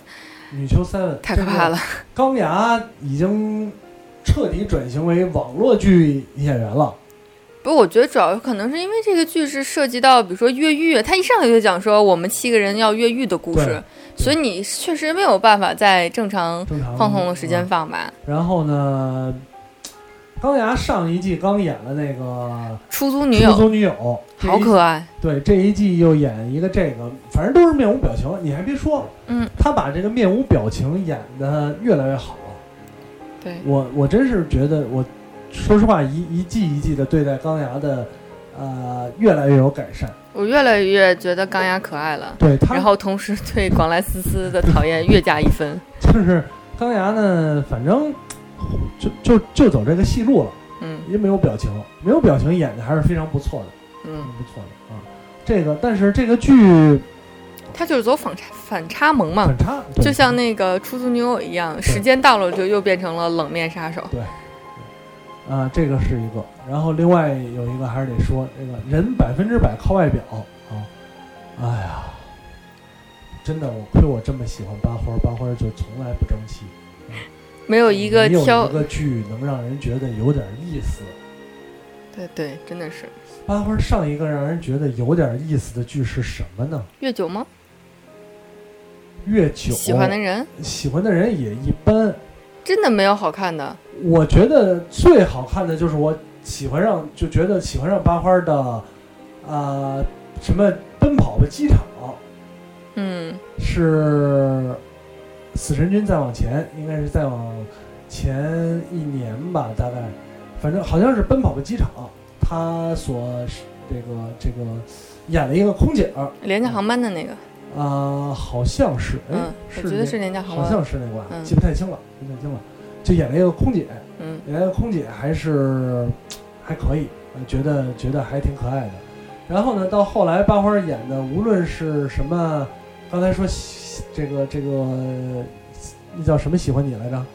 A: 《女囚 seven》
B: 太可怕了，，
A: 钢牙已经彻底转型为网络剧演员了。
B: 不，我觉得主要可能是因为这个剧是涉及到，比如说越狱，他一上来就讲说我们七个人要越狱的故事
A: 对，
B: 所以你确实没有办法在正常
A: 正常
B: 放松的时间
A: 嗯
B: 放吧。
A: 然后呢，钢牙上一季刚演了那个
B: 出租女
A: 《出
B: 友
A: 租女友》，这
B: 好
A: 一
B: 可爱，
A: 对这一季又演一个这个，反正都是面无表情。你还别说，
B: 嗯，
A: 他把这个面无表情演的越来越好了。
B: 对，
A: 我我真是觉得，我说实话，一一季一季的对待钢牙的，呃，越来越有改善。
B: 我越来越觉得钢牙可爱了，
A: 对他
B: 然后同时对广濑丝丝的讨厌越加一分。
A: 就是钢牙呢，反正就就就走这个戏路了，
B: 嗯
A: 也没有表情，没有表情演的还是非常不错的，非
B: 嗯，
A: 常不错的啊。这个，但是这个剧
B: 他就是走反差反差萌嘛，
A: 很差，对
B: 就像那个出租女友一样，时间到了就又变成了冷面杀手。
A: 啊、这个是一个，然后另外有一个还是得说，这个人百分之百靠外表啊，哎呀，真的，我亏我这么喜欢八花，八花就从来不争气，
B: 没有一个
A: 没有
B: 挑
A: 一，个剧能让人觉得有点意思。
B: 对对，真的是
A: 八花上一个让人觉得有点意思的剧是什么呢？
B: 越久吗？
A: 越久
B: 喜欢的人
A: 喜欢的人也一般。
B: 真的没有好看的。
A: 我觉得最好看的就是我喜欢上，就觉得喜欢上八花的，啊、什么奔跑吧机场
B: 嗯，
A: 是死神君再往前，应该是再往前一年吧，大概，反正好像是奔跑吧机场，他所这个这个演了一个空姐儿，
B: 廉价航班的那个，
A: 啊、好像是，哎、
B: 嗯，
A: 是
B: 我觉
A: 那
B: 得是廉价航
A: 好
B: 班。
A: 像是那个吧，
B: 嗯
A: 记不太清了，记不太清了，就演了一个空姐，
B: 嗯，
A: 演了一个空姐还是呃还可以，呃觉得觉得还挺可爱的。然后呢，到后来八花演的，无论是什么，刚才说喜这个这个那叫什么喜欢你来着，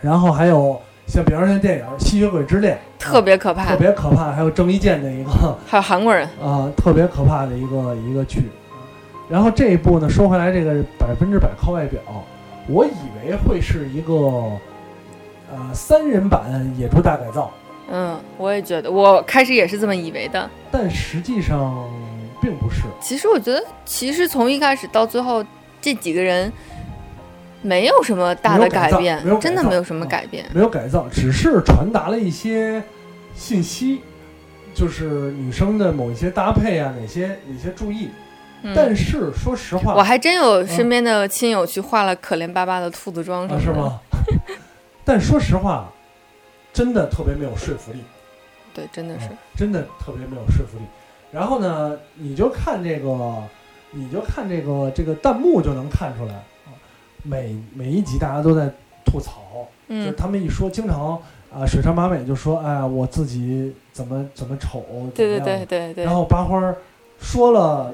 A: 然后还有像比方说那电影《吸血鬼之恋啊
B: 特别可》，怕
A: 特。别可怕，还有郑伊健的一个。
B: 还有韩国人，
A: 啊、特别可怕的一个一个剧。然后这一部呢，说回来，这个百分之百靠外表，我以为会是一个呃三人版《野猪大改造》，
B: 嗯，我也觉得，我开始也是这么以为的。
A: 但实际上并不是。
B: 其实我觉得，其实从一开始到最后，这几个人没有什么大的
A: 没有改
B: 改变
A: 造没有改，造嗯
B: 真的没有什么改变。
A: 没有改造，只是传达了一些信息，就是女生的某一些搭配啊，哪些哪些注意。但
B: 嗯，
A: 是说实话，
B: 我还真有身边的亲友去化了可怜巴巴的兔子妆什
A: 啊，是
B: 么的。
A: 吗？ 但说实话，真的特别没有说服力。
B: 对，真的是。
A: 哦真的特别没有说服力。然后呢，你就看这个，你就看这个这个弹幕就能看出来，啊每每一集大家都在吐槽，就是
B: 嗯，
A: 他们一说，经常啊、水上马美就说，哎呀，我自己怎么怎么丑，怎么
B: 对
A: 样
B: 对对对对
A: 然。后八花儿说了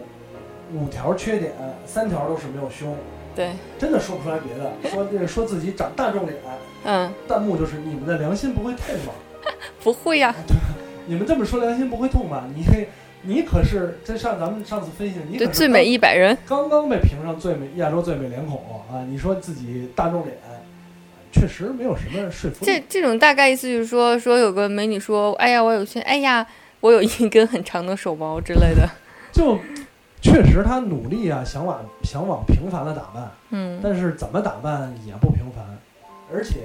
A: 五条缺点，三条都是没有胸，
B: 对，
A: 真的说不出来别 的，说这个说自己长大众脸，
B: 嗯，
A: 弹幕就是你们的良心不会痛吗？
B: 不 会呀、
A: 你们这么说良心不会痛吧？你你可是这上咱们上次分析的，你可
B: 对，
A: 是
B: 最美一百人，
A: 刚刚被评上最美亚洲最美脸孔啊！你说自己大众脸，确实没有什么说服
B: 这
A: 力。
B: 这种大概意思就是说，说有个美女说，哎呀，我有些，哎呀，我有一根很长的手毛之 类的。
A: 就确实他努力啊，想往想往平凡的打扮，
B: 嗯，
A: 但是怎么打扮也不平凡，而且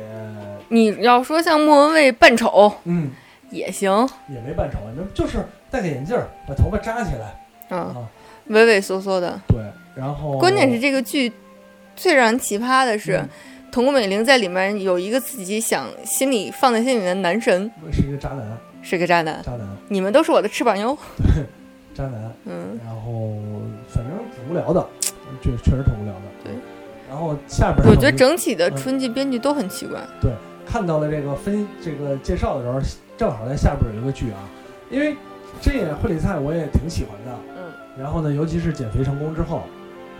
B: 你要说像莫文蔚扮丑，
A: 嗯，
B: 也行，
A: 也没扮丑，你们就是戴个眼镜儿，把头发扎起来。
B: 嗯
A: 啊，
B: 畏畏缩缩的。
A: 对，然后
B: 关键是这个剧最让人奇葩的是
A: 嗯，
B: 童宫美玲在里面有一个自己想心里放在心里的男神
A: 嗯是一个渣男，
B: 是个渣男，
A: 渣男，
B: 你们都是我的翅膀哟。
A: 渣男。
B: 嗯，
A: 然后反正挺无聊的，确确实挺无聊的。
B: 对，
A: 然后下边儿
B: 我觉得
A: 就
B: 整体的
A: 嗯
B: 春季编剧都很奇怪。
A: 看到了这个分这个介绍的时候，正好在下边儿有一个剧啊，因为这也惠里菜我也挺喜欢的。
B: 嗯，
A: 然后呢，尤其是减肥成功之后，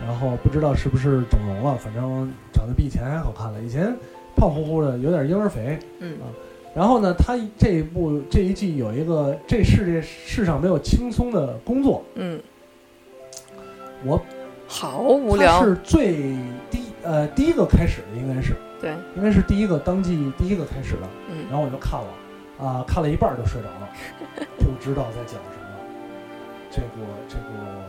A: 然后不知道是不是整容了，反正长得比以前还好看了。以前胖乎乎的，有点婴儿肥。
B: 嗯
A: 然后呢，他这一部这一季有一个这世界世上没有轻松的工作，
B: 嗯，
A: 我
B: 好无
A: 他
B: 聊。
A: 是最第呃第一个开始的应该是
B: 对，
A: 应该是第一个当季第一个开始的，
B: 嗯
A: 然后我就看了，啊、看了一半儿就睡着 了，不知道在讲什么，这个这个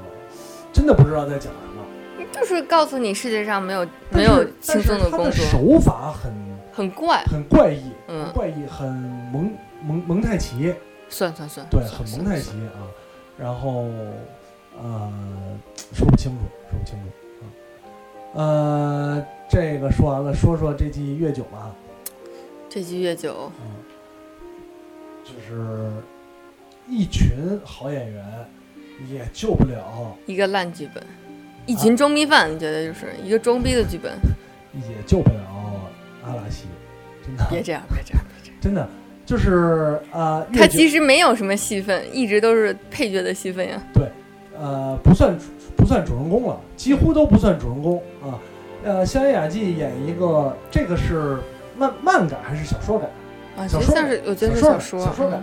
A: 真的不知道在讲什么，
B: 就是告诉你世界上没有
A: 但
B: 没
A: 是
B: 有
A: 但
B: 轻松
A: 是他
B: 工
A: 的
B: 作，
A: 手法很
B: 很怪。
A: 很怪异，
B: 嗯，
A: 怪异很蒙蒙蒙太奇，
B: 算算算，
A: 对，
B: 算
A: 很
B: 算
A: 蒙太
B: 算
A: 奇啊，然后呃说不清楚，说不清楚啊，呃这个说完了，说说这季月九吧。
B: 这季月九，
A: 嗯，就是一群好演员也救不了，
B: 一个烂剧本，一
A: 啊
B: 群装逼犯，你觉得就是一个装逼的剧本。
A: 也救不了阿拉西，真
B: 别
A: 的，
B: 这样，别这样，别这样。
A: 真的就是呃，
B: 他
A: 越
B: 其
A: 剧
B: 实没有什么戏份，一直都是配角的戏份呀。
A: 呃不算主不算主人公了，几乎都不算主人公啊。呃，香野雅纪演一个，这个是漫漫改还是小说改？
B: 啊，
A: 小
B: 其实
A: 说
B: 像是我觉得是
A: 小
B: 说，
A: 说小说改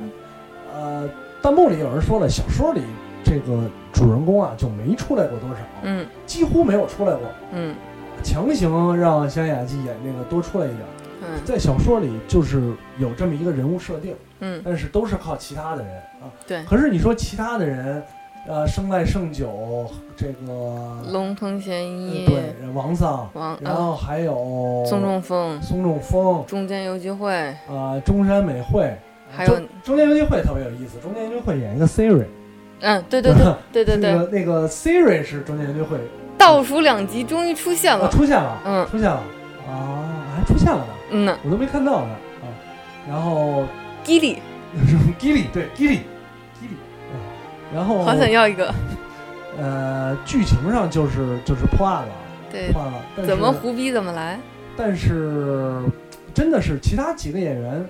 B: 嗯
A: 呃，弹幕里有人说了，小说里这个主人公啊就没出来过多少，
B: 嗯
A: 几乎没有出来过。
B: 嗯
A: 强行让香野雅纪演那个多出来一点儿。
B: 嗯
A: 在小说里就是有这么一个人物设定，
B: 嗯，
A: 但是都是靠其他的人啊。
B: 对
A: 可是你说其他的人，呃，生赖圣久这个，
B: 龙腾贤
A: 呃
B: 一，
A: 对，王丧，
B: 王
A: 然
B: 啊，
A: 后还有
B: 宗仲峰，
A: 松中峰
B: 中间游击会，
A: 啊、中山美惠，
B: 还
A: 中
B: 有
A: 中间游击会特别有意思。中间游击会演一个 Siri，
B: 嗯，对对对对对
A: 那个那
B: 对，
A: 个 Siri 是中间游击会
B: 倒数两集终于出现
A: 啊
B: 了。
A: 出现了，
B: 嗯
A: 出现了啊，还出现了呢，
B: 嗯呐，
A: 我都没看到呢啊。然后
B: 迪丽，
A: 什 么 g i l y 对 g i l y g i l y 啊，然后
B: 好想要一个。
A: 呃，剧情上就是就是破案了，
B: 对，
A: 破案了，但是
B: 怎么胡逼怎么来。
A: 但是真的是其他几个演员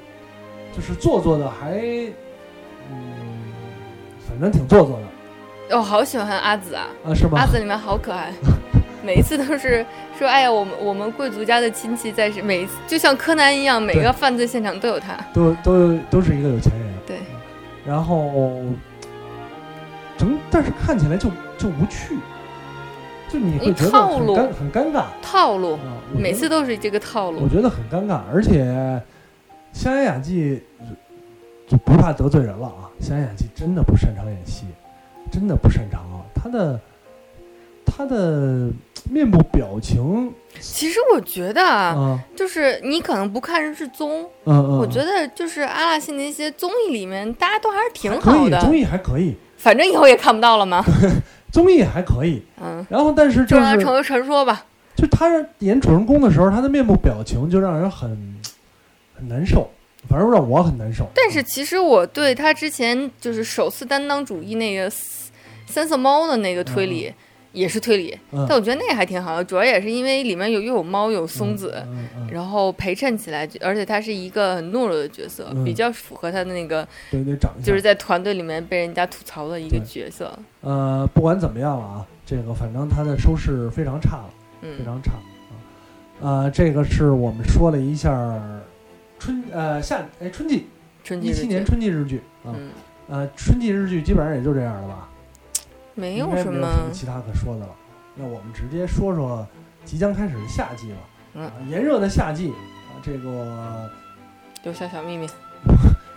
A: 就是做作的还，嗯，反正挺做作的
B: 我哦好喜欢阿紫啊，
A: 啊，是
B: 阿
A: 吧？
B: 紫里面好 可爱，每一次都是说，哎呀，我们我们贵族家的亲戚在，每一次就像柯南一样，每个犯罪现场都有他。
A: 都都都是一个有钱人，
B: 对，
A: 然后整，但是看起来就就无趣，就你会觉得
B: 套
A: 很
B: 路
A: 尴很尴尬
B: 套路，
A: 啊，我觉
B: 每
A: 得
B: 次都是这个套
A: 我
B: 路。
A: 觉得很尴尬，而且香野雅纪就不怕得罪人了啊，香野雅纪真的不擅长演戏，真的不擅长啊，她的她的面部表情
B: 其实我觉得啊，
A: 啊，
B: 就是你可能不看日综，
A: 嗯嗯，
B: 我觉得就是阿拉西那些综艺里面，大家都还是挺
A: 可
B: 好
A: 以，综
B: 的。
A: 艺还可以，
B: 反正以后也看不到了嘛。
A: 综艺还可以，
B: 嗯，
A: 然后但是
B: 就
A: 就
B: 让它
A: 是
B: 成为传说吧。
A: 就她演主人公的时候，她的面部表情就让人很很难受，反正让我很难受。
B: 但是其实我对他之前就是首次担当主义那个三三色猫的那个推理、也是推理，
A: 嗯
B: 但我觉得那个还挺好的，主要也是因为里面有又有猫又有松子，
A: 嗯嗯嗯
B: 然后陪衬起来，而且他是一个很懦弱的角色，
A: 嗯
B: 比较符合他的那个
A: 对对，长相
B: 就是在团队里面被人家吐槽的一个
A: 对
B: 角色。
A: 呃，不管怎么样了啊，这个反正它的收视非常差了，非
B: 嗯，
A: 常差啊。呃，这个是我们说了一下儿春呃夏哎春季
B: 春季
A: 一
B: 日
A: 七
B: 记
A: 年春季日剧啊，
B: 嗯，
A: 呃春季日剧基本上也就这样了吧，
B: 没
A: 应该
B: 有
A: 没有
B: 什
A: 什
B: 么，
A: 其他可说的了。那我们直接说说即将开始的夏季吧，
B: 嗯
A: 啊炎热的夏季啊，这个
B: 留下小秘密，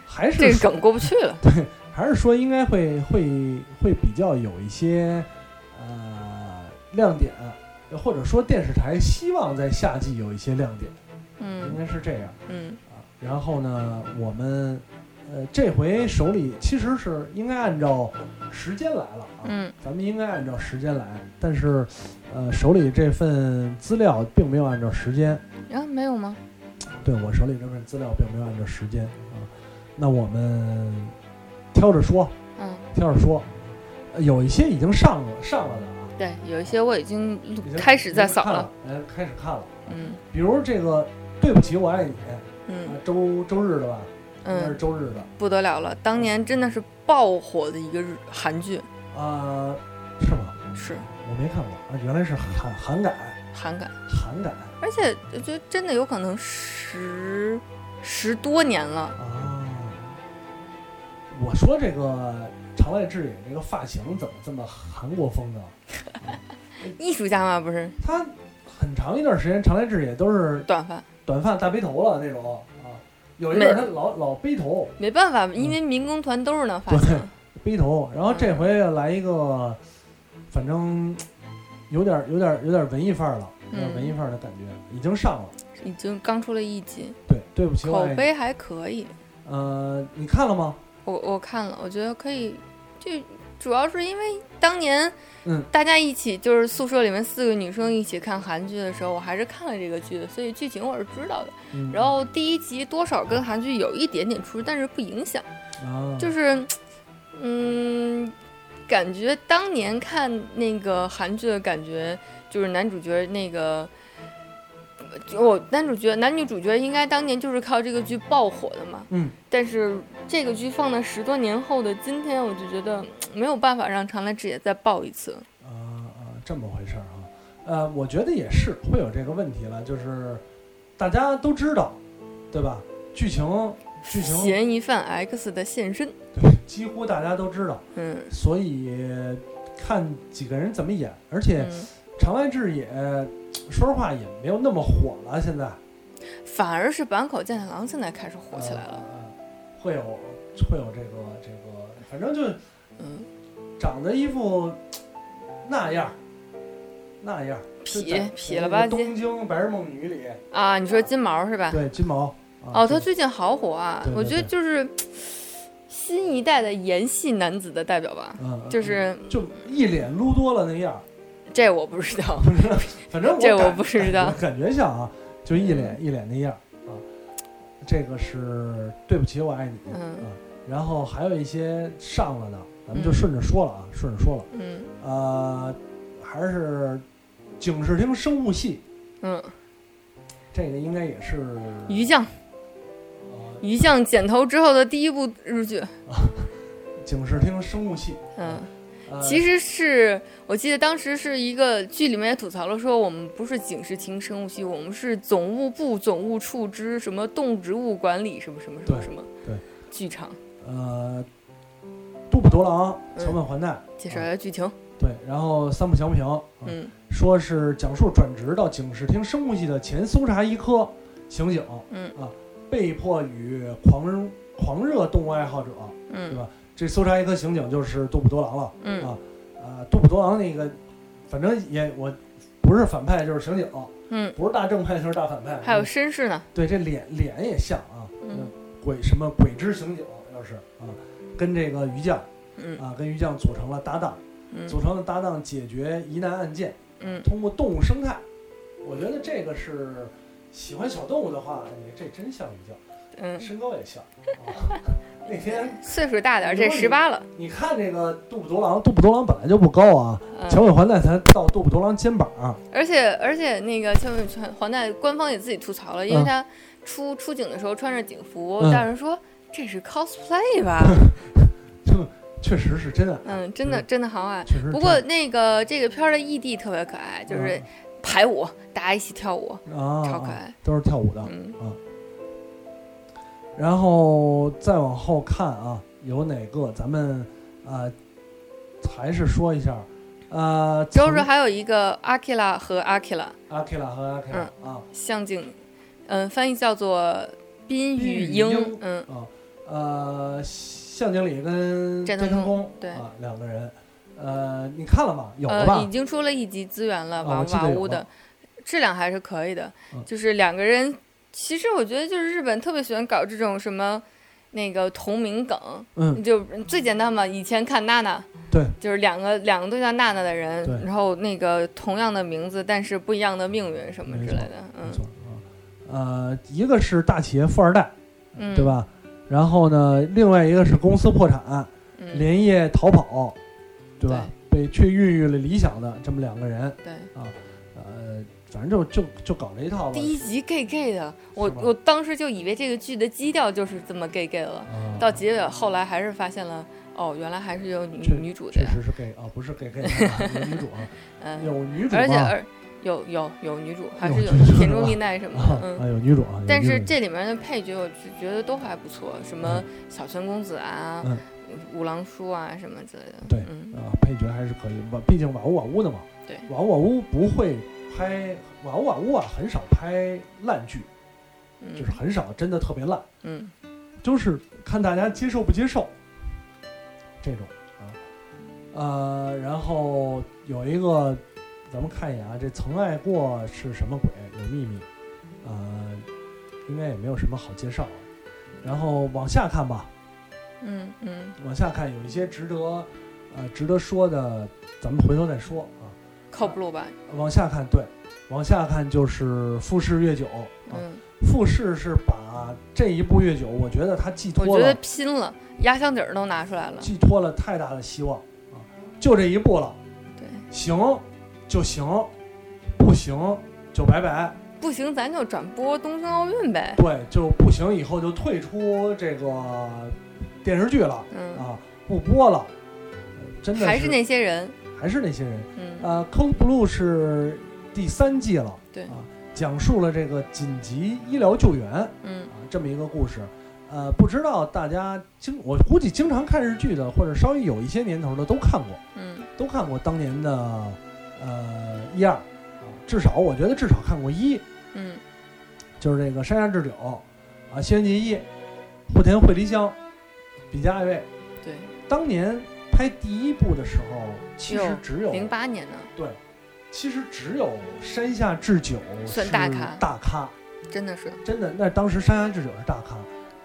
A: 还是
B: 这 个
A: 说
B: 梗过不去了。
A: 还是说应该会会会比较有一些呃亮点，或者说电视台希望在夏季有一些亮点，应
B: 嗯
A: 该是这样。
B: 嗯，
A: 啊。然后呢，我们呃，这回手里其实是应该按照时间来了啊，
B: 嗯
A: 咱们应该按照时间来，但是，呃，手里这份资料并没有按照时间，
B: 啊，没有吗？
A: 对我手里这份资料并没有按照时间啊，那我们挑着说，
B: 嗯，
A: 挑着说，呃有一些已经上了上了的啊，
B: 对，有一些我已经录
A: 已经
B: 开始在扫
A: 了
B: 了，，
A: 哎，开始看了，
B: 嗯
A: 比如这个对不起我爱你，啊
B: 嗯
A: 周周日的吧，应该是
B: 嗯，
A: 周日的。
B: 不得了了，当年真的是爆火的一个日韩剧，
A: 啊，是吗？
B: 是
A: 我没看过啊，原来是韩韩改，
B: 韩感，
A: 韩改
B: 而且我觉得真的有可能十十多年了，
A: 啊。我说这个长濑智也这个发型怎么这么韩国风呢？
B: 艺术家嘛不是
A: 他很长一段时间长濑智也都是
B: 短发，
A: 短发大背头了那种啊，有一段他老老背头
B: 没办法，因为民工团都是那发
A: 嗯对
B: 型，
A: 背头，然后这
B: 嗯
A: 回来一个，反正有点有点有点文艺范儿了，有点文
B: 嗯
A: 艺范儿的感觉，已经上了。
B: 已经刚出了一集，
A: 对，对不起，我
B: 口
A: 爱你。
B: 碑还可以。
A: 呃，你看了吗？
B: 我我看了，我觉得可以，就主要是因为当年，
A: 嗯，
B: 大家一起就是宿舍里面四个女生一起看韩剧的时候，我还是看了这个剧的，所以剧情我是知道的。
A: 嗯
B: 然后第一集多少跟韩剧有一点点出入，但是不影响，
A: 啊，
B: 就是，嗯，感觉当年看那个韩剧的感觉，就是男主角那个。就我男主角、男女主角应该当年就是靠这个剧爆火的嘛，
A: 嗯，
B: 但是这个剧放到十多年后的今天，我就觉得嗯没有办法让长濑智也再爆一次。
A: 啊啊，这么回事儿啊。呃，我觉得也是会有这个问题了，就是大家都知道，对吧？剧情剧情
B: 嫌疑犯 X 的现身，
A: 对，几乎大家都知道，
B: 嗯
A: 所以看几个人怎么演。而且
B: 嗯，
A: 长濑智也说实话也没有那么火了，现在
B: 反而是坂口健太郎现在开始火起来了。
A: 呃会有会有这个这个，反正就
B: 嗯，
A: 长得一副那样儿那样儿，就
B: 痞
A: 在
B: 痞了吧
A: 那个
B: 唧
A: 东京白日梦女里。
B: 啊！你说金毛是吧？
A: 对，金毛。啊
B: 哦，他最近好火啊！
A: 对对
B: 我觉得就是新一代的盐系男子的代表吧，
A: 嗯，嗯
B: 就是
A: 就一脸撸多了那样儿，
B: 这我不知道，
A: 反正
B: 这 我
A: 我
B: 不知道
A: 感感觉像啊，就一脸一脸那样儿啊。这个是对不起，我爱你。
B: 嗯
A: 啊，然后还有一些上了的，咱们就
B: 嗯
A: 顺着说了啊，顺着说了。
B: 嗯
A: 呃，还是警视厅生物系，
B: 嗯，
A: 这个应该也是
B: 鱼酱
A: 呃
B: 鱼酱剪头之后的第一部日剧，
A: 警视厅生物系。
B: 嗯。
A: 呃
B: 其实是我记得当时是一个剧里面也吐槽了，说我们不是警视厅生物系，我们是总务部总务处之什么动植物管理什么什么什么
A: 对
B: 什么，
A: 对
B: 剧场
A: 呃，渡部多郎、
B: 嗯
A: 桥本环奈，
B: 介绍一下剧情，
A: 对，然后三浦翔平，啊
B: 嗯
A: 说是讲述转职到警视厅生物系的前搜查一科刑警，
B: 嗯
A: 啊，被迫与狂热狂热动物爱好者，对
B: 嗯
A: 吧这搜查一科刑警就是杜甫多郎了。
B: 嗯
A: 啊，杜甫多郎那个，反正也我不是反派就是刑警，
B: 嗯，
A: 不是大正派就是大反派。
B: 还有
A: 嗯
B: 绅士呢，
A: 对这脸脸也像啊，
B: 嗯
A: 鬼什么鬼之刑警要是啊，跟这个于将
B: 嗯
A: 啊跟于将组成了搭档，
B: 嗯
A: 组成了搭档解决疑难案件。
B: 嗯，
A: 通过动物生态，我觉得这个是喜欢小动物的话，你这真像鱼酱，
B: 嗯，
A: 身高也像。啊那天
B: 岁数大点儿，这十八了，
A: 你看这个杜甫多郎，杜甫多郎本来就不高啊，
B: 嗯，
A: 乔尾环奈才到杜甫多郎肩膀。啊
B: 而且而且那个千本川黄奈官方也自己吐槽了，因
A: 嗯
B: 为他出出警的时候穿着警服，
A: 嗯
B: 大人说这是 cosplay 吧？
A: 确实是真爱，
B: 嗯，真的真的好爱。
A: 确实是真爱。
B: 不过那个这个片儿的异地特别可爱，
A: 嗯
B: 就是排舞，大家一起跳舞，
A: 啊，
B: 超可
A: 啊
B: 爱。
A: 都是跳舞的。
B: 嗯
A: 然后再往后看啊，有哪个咱们啊、还是说一下，呃，
B: 主要是还有一个阿基拉和阿基拉
A: 阿 K 拉和阿 K 拉、啊，
B: 向井，嗯，翻译叫做滨
A: 滨
B: 与
A: 与
B: 英
A: 英，
B: 嗯，
A: 啊呃，向经理跟
B: 斋
A: 斋
B: 藤
A: 藤工
B: 对
A: 啊两个人，呃，你看了吗？有了
B: 呃，已
A: 吧？
B: 经出了一集资源了，
A: 啊
B: 瓦
A: 我记得
B: 瓦
A: 有
B: 屋的
A: 了，
B: 质量还是可以的
A: 嗯，
B: 就是两个人，其实我觉得就是日本特别喜欢搞这种什么。那个同名梗，
A: 嗯，
B: 就最简单嘛。以前看娜娜，
A: 对，
B: 就是两个两个都叫娜娜的人
A: 对，
B: 然后那个同样的名字，但是不一样的命运什么之类的，
A: 没
B: 嗯
A: 错啊。呃，一个是大企业富二代，
B: 嗯，
A: 对？吧？然后呢，另外一个是公司破产，
B: 嗯，
A: 连夜逃跑，对吧？被却孕育了理想的这么两个人，
B: 对。
A: 呃，反正就就就搞这一套吧。
B: 第一集 gay gay 的，我
A: 是吧
B: 我当时就以为这个剧的基调就是这么 gay gay 了，
A: 啊
B: 到结尾后来还是发现了，哦，原来还是有女
A: 确
B: 女主的
A: 确
B: 呀，
A: 实是 gay 啊，不是 gay gay 啊，有女主啊，
B: 嗯，
A: 有女主
B: 而且
A: 啊，
B: 而有有有女主，还
A: 有
B: 是有
A: 女主
B: 田
A: 是
B: 中
A: 吧
B: 丽奈什么
A: 啊
B: 的，嗯，
A: 啊有女主啊，有
B: 但是
A: 女主
B: 这里面的配角，我就觉得都还不错，什么小泉公子啊、
A: 嗯
B: 五郎叔啊什么之类的。
A: 对
B: 嗯，
A: 啊配角还是可以，瓦毕竟瓦屋瓦屋的嘛，
B: 对
A: 瓦屋瓦屋不会拍瓦屋瓦屋啊，很少拍烂剧，
B: 嗯
A: 就是很少真的特别烂，
B: 嗯
A: 就是看大家接受不接受这种啊，呃，然后有一个咱们看一眼啊，这曾爱过是什么鬼？有秘密，呃，应该也没有什么好介绍了，然后往下看吧，
B: 嗯嗯，
A: 往下看有一些值得呃值得说的，咱们回头再说啊。
B: 靠不住吧？
A: 往下看，对，往下看就是富士越久啊，
B: 嗯，
A: 富士是把这一部越久，我觉得它寄
B: 我
A: 托
B: 觉得
A: 了
B: 拼了，压箱底儿都拿出来了。
A: 寄托了太大的希望啊，就这一步了，
B: 对，
A: 行就行，不行就拜拜，
B: 不行咱就转播东京奥运呗。
A: 对，就不行以后就退出这个电视剧了
B: 嗯，
A: 啊，不播了，呃真的
B: 还
A: 是
B: 是那些人。
A: 还是那些人。
B: 嗯
A: 呃，《Code Blue》是第三季了，
B: 对
A: 啊，讲述了这个紧急医疗救援啊
B: 嗯
A: 这么一个故事。呃，不知道大家经我估计经常看日剧的，或者稍微有一些年头的都看过，
B: 嗯
A: 都看过当年的呃一二啊，至少我觉得至少看过一，
B: 嗯
A: 就是这个山下智久啊，西园结衣、户田惠梨香、比嘉爱未，
B: 对，
A: 当年拍第一部的时候，其
B: 哟
A: 实只有
B: 零八年呢，
A: 对，其实只有山下智久
B: 算
A: 是
B: 大咖
A: 大咖
B: 真的是。
A: 真的。那当时山下智久是大咖，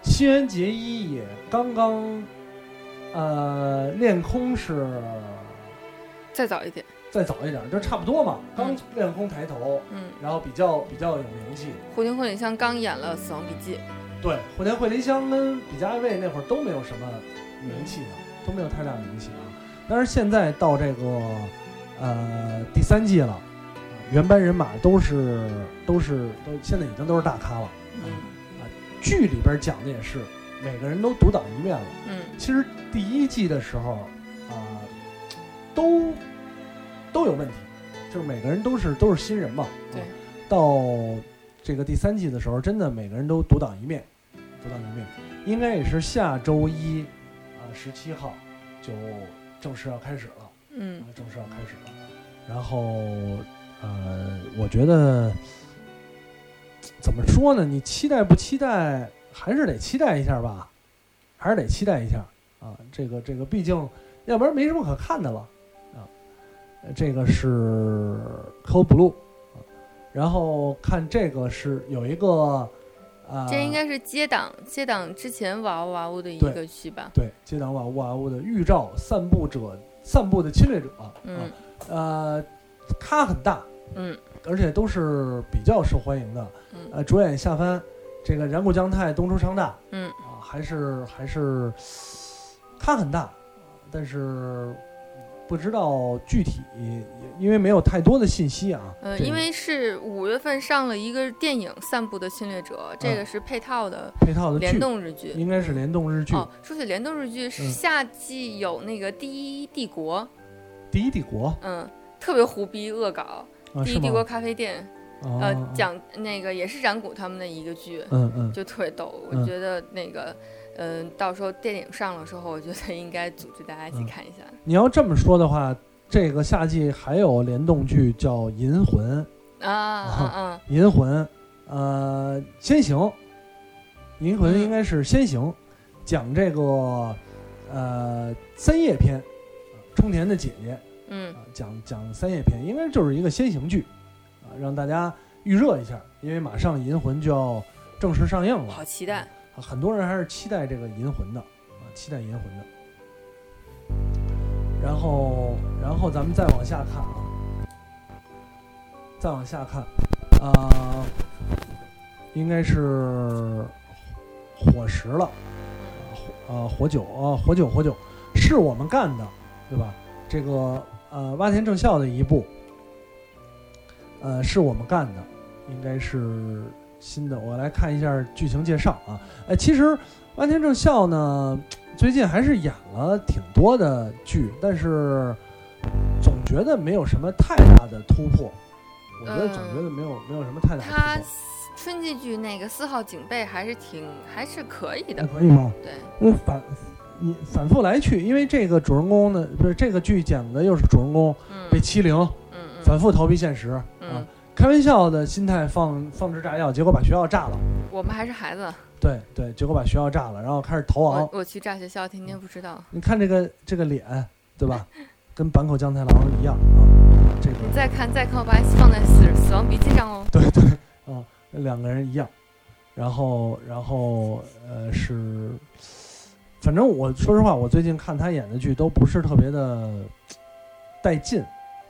A: 新垣结衣也刚刚，呃，练空是
B: 再早一点。
A: 再早一点，就差不多嘛，刚
B: 嗯
A: 练空抬头，
B: 嗯，
A: 然后比较比较有名气。
B: 《虎鲸婚礼像刚演了《死亡笔记》。
A: 对，户田惠梨香跟比嘉爱未那会儿都没有什么名气呢，都没有太大名气啊。但是现在到这个呃第三季了，啊原班人马都是都是都现在已经都是大咖了。
B: 嗯
A: 剧里边讲的也是，每个人都独当一面了。
B: 嗯
A: 其实第一季的时候啊、都都有问题，就是每个人都是都是新人嘛。
B: 对
A: 啊到这个第三季的时候，真的每个人都独当一面，独当一面。应该也是下周一啊，十、7七号就正式要开始了，啊
B: 嗯，
A: 正式要开始了。然后呃，我觉得怎么说呢？你期待不期待？还是得期待一下吧，还是得期待一下啊。这个这个，毕竟要不然没什么可看的了啊。呃这个是《Code Blue》啊，然后看这个是有一个啊，
B: 这应该是接档接档之前娃娃屋的一
A: 对
B: 个剧吧？嗯
A: 对接档瓦屋瓦屋的预兆散布者散布的侵略者，啊
B: 嗯，
A: 呃，咖很大，
B: 嗯，
A: 而且都是比较受欢迎的，
B: 嗯
A: 呃，主演下番，这个染谷将太、东出昌大，
B: 嗯
A: 啊，还是还是咖很大，但是不知道具体，因为没有太多的信息啊，
B: 呃，
A: 这个
B: 因为是五月份上了一个电影《散步的侵略者》，
A: 嗯
B: 这个是配套的
A: 配套的
B: 联
A: 剧
B: 动日剧。
A: 应该是联动日剧
B: 哦，说起联动日剧，是
A: 嗯
B: 夏季有那个《第一帝国》，
A: 《第一帝国
B: 嗯，特别胡逼恶搞，》
A: 啊，是
B: 第一帝
A: 吗
B: 国？咖啡店》，
A: 啊
B: 呃，
A: 啊
B: 讲那个也是染谷他们的一个剧，
A: 嗯嗯，
B: 就特别逗。
A: 嗯
B: 我觉得那个，嗯，到时候电影上的时候，我觉得应该组织大家一起
A: 嗯
B: 看一下。
A: 你要这么说的话，这个夏季还有联动剧叫《银魂》。
B: 啊啊啊！
A: 银魂，呃，先行，银魂应该是先行，讲这个呃三叶篇，啊冲田的姐姐
B: 嗯
A: 啊，讲讲三叶篇，应该就是一个先行剧啊，让大家预热一下，因为马上银魂就要正式上映了，
B: 好期待。
A: 啊，很多人还是期待这个银魂的啊，期待银魂的。然后，然后咱们再往下看啊，再往下看，啊、应该是火石了，啊、火啊火酒啊火酒火酒是我们干的，对吧？这个呃洼田正孝的一部，呃是我们干的，应该是新的。我来看一下剧情介绍啊，哎，其实洼田正孝呢，最近还是演了挺多的剧，但是总觉得没有什么太大的突破。我觉得总觉得没有、没有什么太大的突
B: 他
A: 破。
B: 春季剧那个四号警备还是挺还是可以的，
A: 可以吗？
B: 对，
A: 那嗯反你反复来去，因为这个主人公呢，不是这个剧讲的又是主人公
B: 嗯
A: 被欺凌，
B: 嗯嗯
A: 反复逃避现实啊
B: 嗯，，
A: 开玩笑的心态放放置炸药，结果把学校炸了。
B: 我们还是孩子，
A: 对对，结果把学校炸了，然后开始逃亡
B: 我。我去炸学校天天不知道，
A: 你看这个这个脸，对吧？跟坂口江太郎一样啊，这个
B: 你再看再看，我把它放在死死亡笔记上哦，
A: 对对啊，两个人一样。然后，然后，呃，是，反正我说实话，我最近看他演的剧都不是特别的带劲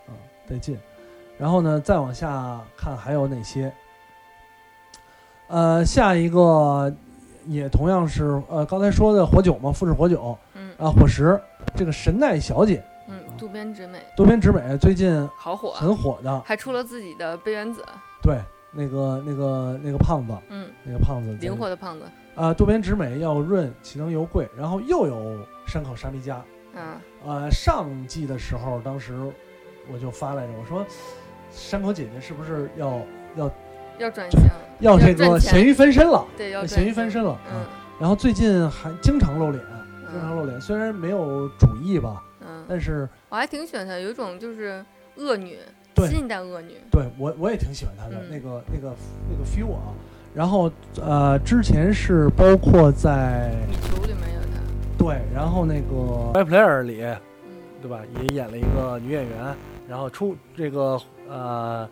A: 啊，带劲。然后呢，再往下看还有哪些？呃，下一个也同样是呃刚才说的火酒嘛，富士火酒
B: 嗯
A: 啊，火石这个神奈小姐
B: 嗯，渡边直美
A: 多边直美最近
B: 好火，啊
A: 很火的，
B: 还出了自己的杯原子，
A: 对，那个那个那个胖子，
B: 嗯，
A: 那个胖子
B: 灵活的胖子，
A: 啊，渡边直美、要润、齐藤由贵，然后又有山口沙弥加。
B: 嗯
A: 呃，上季的时候，当时我就发来着，我说山口姐姐是不是要
B: 要转型，
A: 要这个
B: 要赚钱
A: 咸鱼翻身了？
B: 对，要
A: 咸鱼
B: 转
A: 翻
B: 型，
A: 身了。啊
B: 嗯
A: 然后最近还经常露脸，经常
B: 嗯
A: 露脸，虽然没有主意吧，
B: 嗯，
A: 但是
B: 我还挺喜欢她，有一种就是恶女，
A: 对
B: 新一代恶女，
A: 对我我也挺喜欢她的、
B: 嗯
A: 那个那个那个 feel 啊。然后呃，之前是包括在
B: 米球里面有她，
A: 对，然后那个《By Player》里，
B: 嗯
A: 对吧？也演了一个女演员，然后出这个呃，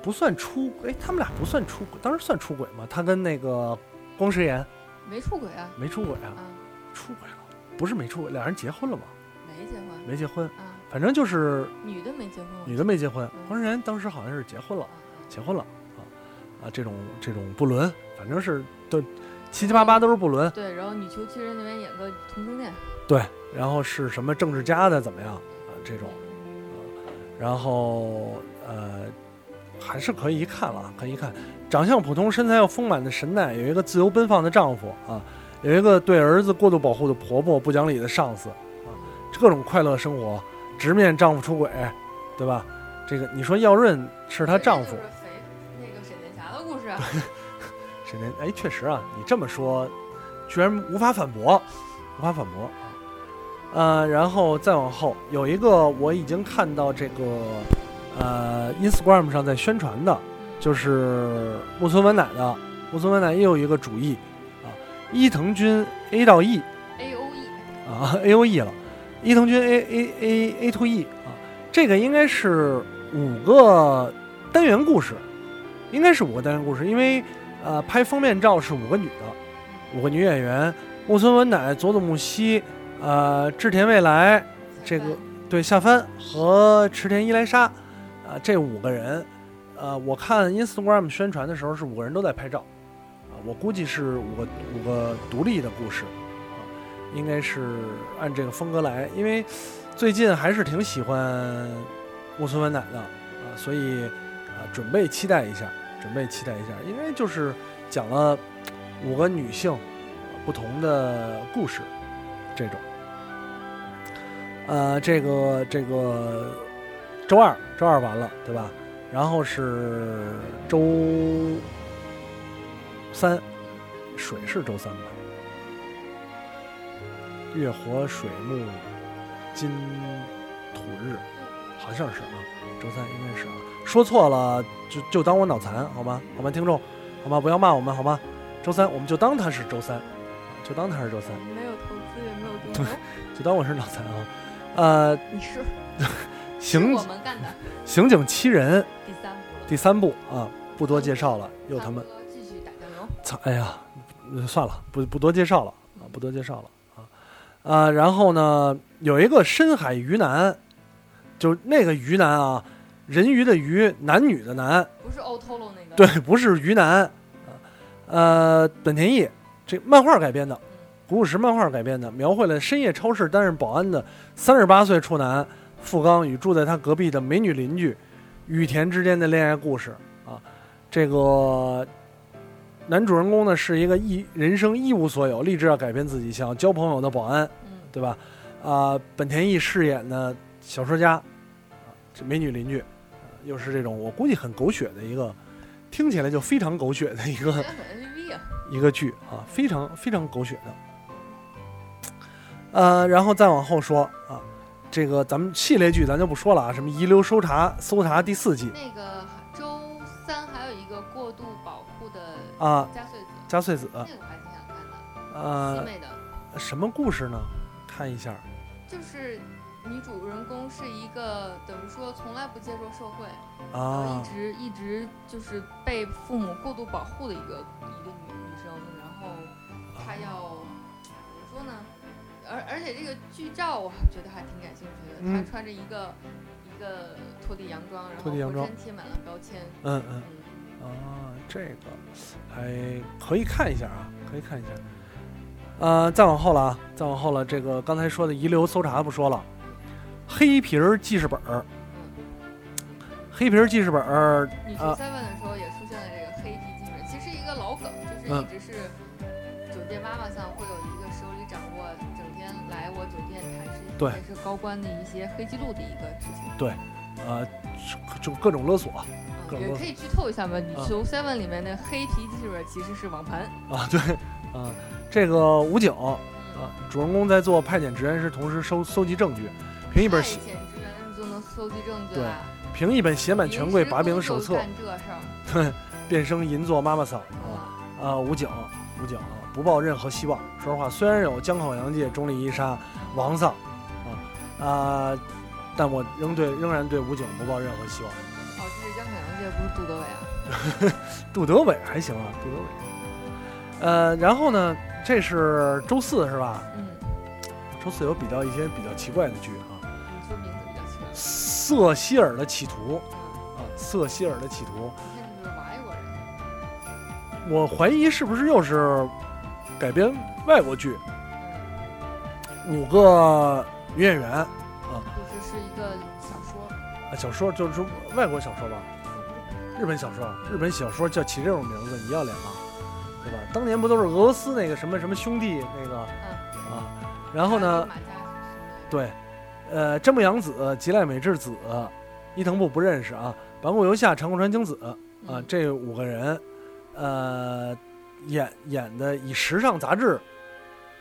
A: 不算出，哎，他们俩不算出轨，当时算出轨吗？他跟那个光石岩
B: 没出轨啊，
A: 没出轨啊，
B: 啊，
A: 出轨了，不是没出轨，俩人结婚了吗？
B: 没结婚
A: 没结婚，
B: 啊，
A: 反正就是
B: 女的没结婚，
A: 女的没结婚，
B: 嗯
A: 光石岩当时好像是结婚了
B: 啊，，
A: 结婚了啊啊，这种这种不伦，反正是都七七八八都是不伦，
B: 对，然后女球其实那边演个同性恋，
A: 对，然后是什么政治家的怎么样啊这种。然后呃，还是可以一看了，啊可以一看。长相普通、身材又丰满的神奈，有一个自由奔放的丈夫啊，有一个对儿子过度保护的婆婆、不讲理的上司啊，各种快乐生活，直面丈夫出轨，对吧？这个你说耀润是她丈夫，
B: 肥那个沈殿霞的故事，
A: 沈殿哎，确实啊，你这么说，居然无法反驳，无法反驳。呃，然后再往后有一个我已经看到这个，呃，Instagram 上在宣传的，
B: 嗯
A: 就是木村文乃的，木村文乃也有一个主义啊，伊藤君 A 到 E
B: A O E，
A: 啊 A O E 了，伊藤君 A A A A to E 啊，这个应该是五个单元故事，应该是五个单元故事，因为呃拍封面照是五个女的，五个女演员，木村文乃、佐佐木希、呃织田未来、这个对下帆和池田一来沙，啊、这五个人，呃，我看 Instagram 宣传的时候是五个人都在拍照，啊、我估计是五个五个独立的故事，啊、应该是按这个风格来，因为最近还是挺喜欢木村文乃的，啊、所以啊、准备期待一下，准备期待一下，因为就是讲了五个女性、啊不同的故事，这种。呃，这个这个周二周二完了，对吧？然后是周三，水是周三吧？月火水木金土日，好像是啊，周三应该是啊。说错了就就当我脑残好吗？好吗，听众，好吗？不要骂我们好吗？周三我们就当它是周三，啊就当它是周三，
B: 没有投资也没有中
A: 对就当我是脑残啊。呃，
B: 你是
A: 刑
B: 我们干的
A: 刑警七人
B: 第三部了，
A: 第三部啊，不多介绍了，又他妈
B: 继续打酱油，
A: 操！哎呀，呃算了，不不多介绍了啊，不多介绍了啊啊，然后呢，有一个深海鱼腩，就是那个鱼腩啊，人鱼的鱼，男女的男，
B: 不是 o t o l o 那个，
A: 对，不是鱼腩啊，呃，本田翼这漫画改编的，古武石漫画改编的，描绘了深夜超市担任保安的三十八岁处男富冈与住在他隔壁的美女邻居雨田之间的恋爱故事啊。这个男主人公呢是一个一人生一无所有，立志要改变自己，想要交朋友的保安，
B: 嗯，
A: 对吧？啊、本田翼饰演的小说家，啊这美女邻居，啊又是这种我估计很狗血的一个，听起来就非常狗血的一个
B: 人家很 AV 啊，
A: 一个剧啊，非常非常狗血的。呃，然后再往后说啊，这个咱们系列剧咱就不说了啊，什么遗留搜查搜查第四季
B: 那个周三还有一个过度保护的
A: 啊，
B: 加穗子，
A: 加穗子
B: 那个我还挺想看的，西
A: 呃，
B: 妹的，
A: 什么故事呢？看一下
B: 就是女主人公是一个等于说从来不接受社会，然后
A: 啊
B: 一，直一直就是被父母过度保护的一个一个女女生，然后
A: 啊
B: 她要怎么说呢？而而且这个剧照我还觉得还挺感兴趣的，
A: 嗯
B: 她穿着一个一个拖地洋装，然后
A: 拖地洋
B: 浑
A: 装
B: 身贴满了标签，
A: 嗯嗯。
B: 嗯，
A: 啊，这个还可以看一下啊，可以看一下。呃，再往后了啊，再往后了，这个刚才说的遗留搜查不说了，黑皮儿记事本儿，黑皮儿记事本儿，
B: 女
A: 啊
B: 生在问的时候也出现了这个黑皮精神，其实一个老梗，就
A: 嗯
B: 是一直是酒店妈妈桑会有一个手里掌握，整天来我酒店谈事情，
A: 对
B: 也是高官的一些黑记录的一个事情。
A: 呃，就各种勒索啊，各
B: 嗯，
A: 种
B: 也
A: 勒
B: 可以剧透一下吧，你
A: 啊
B: 求 Seven 里面的黑皮记者其实是网盘。
A: 对，啊， 这个武警
B: 嗯，
A: 啊，主人公在做派遣职员时，同时收搜集证据，凭一本
B: 派遣职员就能搜集证据了，
A: 凭一本写满权贵把柄的手册
B: 临时，工就干这事儿，
A: 变身银座妈妈桑啊。
B: 嗯
A: 啊，武警，武警啊，不抱任何希望。说实话，虽然有江口洋介、钟丽一沙、王丧，啊啊，但我仍对仍然对武警不抱任何希望。
B: 哦，这是江小洋界，不是杜德伟啊。
A: 杜德伟还行啊，杜德伟。呃，然后呢，这是周四是吧？
B: 嗯，
A: 周四有比较一些比较奇怪的剧啊，
B: 你说名字比较奇怪
A: 《瑟西尔的企图》啊，
B: 啊，
A: 《瑟西尔的企图
B: 你看你是外国人。》，
A: 我怀疑是不是又是改编外国剧，
B: 嗯
A: 五个女演员。
B: 就是是一个小说，
A: 啊，小说就是说外国小说吧，日本小说，日本小说叫起这种名字，你要脸吗？对吧？当年不都是俄罗斯那个什么什么兄弟那个啊？然后呢，
B: 马家
A: 对，呃，真木阳子、吉濑美智子、伊藤步不认识啊，坂口由夏、长谷川京子
B: 嗯
A: 啊，这五个人，呃，演演的以时尚杂志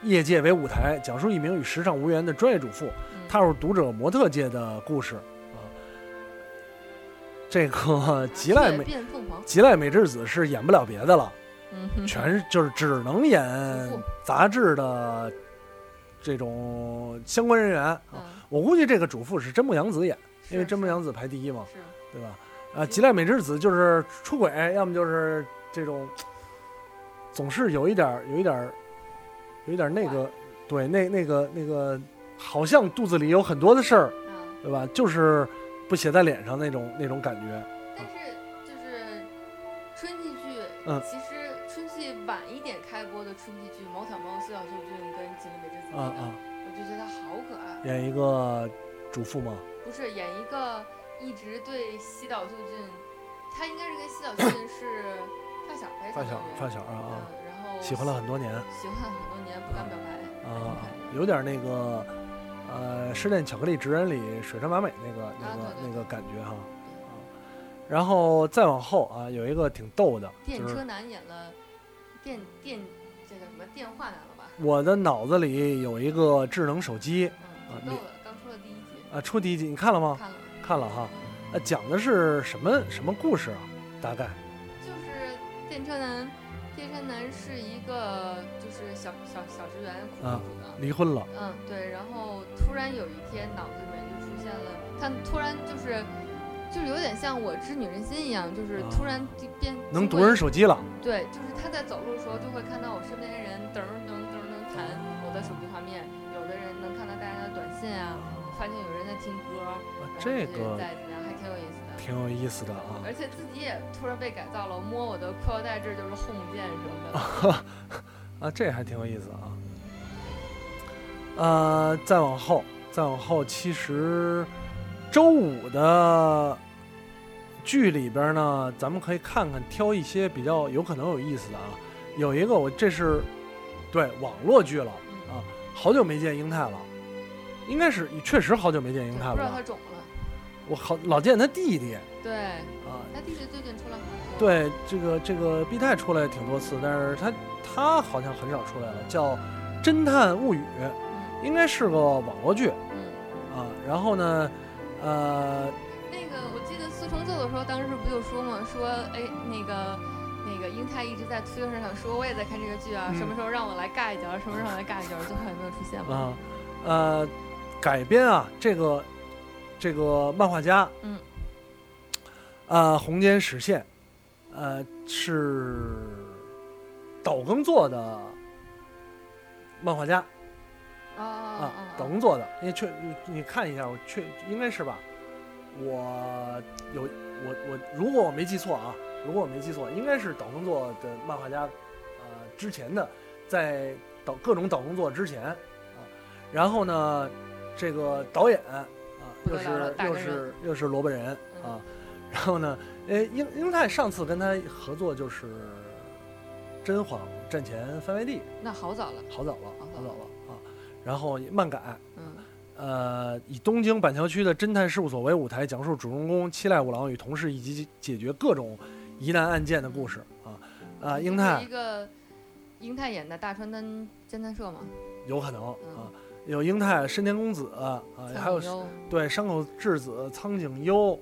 A: 业界为舞台，讲述一名与时尚无缘的专业主妇
B: 嗯
A: 踏入读者模特界的故事啊。这个 吉濑美
B: 嗯变凤凰，
A: 吉濑美智子是演不了别的了，
B: 嗯哼，
A: 全是就是只能演
B: 主妇
A: 杂志的这种相关人员啊。
B: 嗯
A: 我估计这个主妇是真木阳子演，因为
B: 是
A: 真木
B: 是
A: 阳子排第一嘛，
B: 是
A: 对吧？啊，吉濑美智子就是出轨，要么就是这种，总是有一点儿有一点儿有一点儿那个，对，那那个那个，好像肚子里有很多的事儿。
B: 啊，
A: 对吧？就是不写在脸上那种那种感觉。
B: 但是就是春季剧，
A: 嗯
B: 其实春季晚一点开播的春季剧，毛小猫、四小秀俊跟吉林美智子
A: 啊
B: 演的，
A: 啊，
B: 我就觉得好可爱，
A: 演一个主妇嘛，
B: 不是演一个一直对西岛秀俊，他应该是跟西岛秀俊是发小呗，
A: 发小发
B: 小，
A: 小啊
B: 嗯
A: 啊，，
B: 然后
A: 喜欢了很多年
B: 喜欢了很多年不敢表白，
A: 啊，有点那个呃《失恋巧克力职人》里水川麻美那个那个
B: 啊对对
A: 那个感觉哈。
B: 对
A: 啊然后再往后啊，有一个挺逗的，
B: 电
A: 就是
B: 车男演了电电这叫什么电话男了吧？
A: 我的脑子里有一个智能手机啊
B: 嗯，挺
A: 你
B: 逗的，刚出了第一集，
A: 啊，出第一集你看了吗？
B: 看了，
A: 看了哈，啊，讲的是什么什么故事啊？大概
B: 就是电车男，电车男是一个就是小小小职员苦
A: 啊
B: 苦主的。
A: 离婚了
B: 嗯，对，然后突然有一天脑子里面就出现了，他突然就是就是有点像《我知女人心》一样，就是突然就变、
A: 啊能读人手机了。
B: 对，就是他在走路的时候就会看到我身边的人噔儿噔儿噔儿噔儿弹我的手机画面，有的人能看到大家的短信啊，发现有人在听歌，然后
A: 这
B: 有
A: 个
B: 人在怎么样，还挺有意思的。
A: 挺有意思的啊
B: 而。且自己也突然被改造了，摸我的裤腰带这儿就是 home 键什么的。
A: 啊，这还挺有意思啊。呃，再往后，再往后，其实周五的剧里边呢，咱们可以看看，挑一些比较有可能有意思的啊。有一个我这是对网络剧了
B: 嗯
A: 啊，好久没见英泰了，应该是确实好久没见英泰了
B: 不知道他
A: 吧。
B: 肿了。
A: 我好老见他弟弟
B: 对，
A: 啊，
B: 他弟弟最近出来很多。
A: 对，这个这个 B 太出来挺多次，但是他他好像很少出来了，叫《侦探物语》，
B: 嗯
A: 应该是个网络剧
B: 嗯，
A: 啊。然后呢，呃，
B: 那个我记得四重奏的时候，当时不就说嘛，说哎那个那个英泰一直在推特上说我也在看这个剧啊，
A: 嗯
B: 什么时候让我来尬一脚，什么时候让我来尬一脚，最后也没有出现嘛。
A: 啊，呃，改编啊，这个这个漫画家，
B: 嗯，
A: 呃，红间史宪，呃，是岛耕作的漫画家
B: 啊
A: 啊
B: 啊，
A: 岛耕作的，你确你你看一下，我确应该是吧？我有我我，如果我没记错啊，如果我没记错，应该是岛耕作的漫画家，呃，之前的在岛各种岛耕作之前啊，然后呢，这个导演啊，
B: 不
A: 又
B: 得了了
A: 是
B: 大
A: 又
B: 个
A: 是又是萝卜人
B: 嗯
A: 啊，然后呢，呃，英英泰上次跟他合作就是《真谎战前番外地》，
B: 那好早了，
A: 好早了，
B: 好早
A: 好早了啊，然后漫改。
B: 嗯
A: 呃，以东京板桥区的侦探事务所为舞台，讲述主人公七濑五郎与同事以及解决各种疑难案件的故事啊啊，英
B: 是
A: 泰
B: 一个英泰演的大川单侦探社嘛，
A: 有可能啊，有英泰、深田恭子啊，还有
B: 嗯苍井优
A: 对山口智子、苍井优，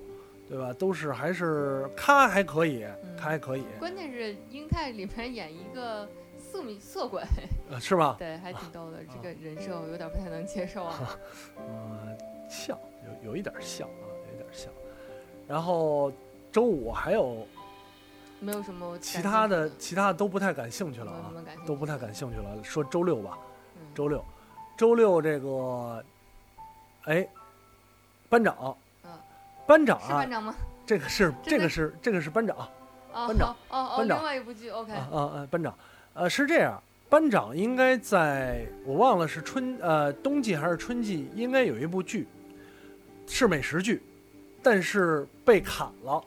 A: 对吧？都是还是咖还可以，
B: 嗯
A: 咖还可以，
B: 关键是英泰里面演一个色迷色 鬼，
A: 呃是吧？
B: 对，还挺
A: 啊
B: 逗的。这个人设我有点不太能接受啊。
A: 呃，像有有一点像啊，有一点像。然后周五还有
B: 没有什么感
A: 其他的
B: 兴，
A: 其他的都不太感兴趣
B: 趣
A: 了
B: 没有
A: 啊
B: 什。么感兴趣
A: 都不太感兴趣了。说周六吧，
B: 嗯
A: 周六，周六这个，哎，班长
B: 嗯，
A: 班长
B: 是班
A: 啊，
B: 长吗？
A: 这个是
B: 这
A: 这
B: 个
A: 个是这个是班长啊
B: 哦，
A: 班长
B: 哦哦，
A: 班长
B: 另外一部剧，OK，
A: 啊啊，班长，呃，是这样，班长应该在我忘了是春呃冬季还是春季，应该有一部剧，是美食剧，但是被砍了，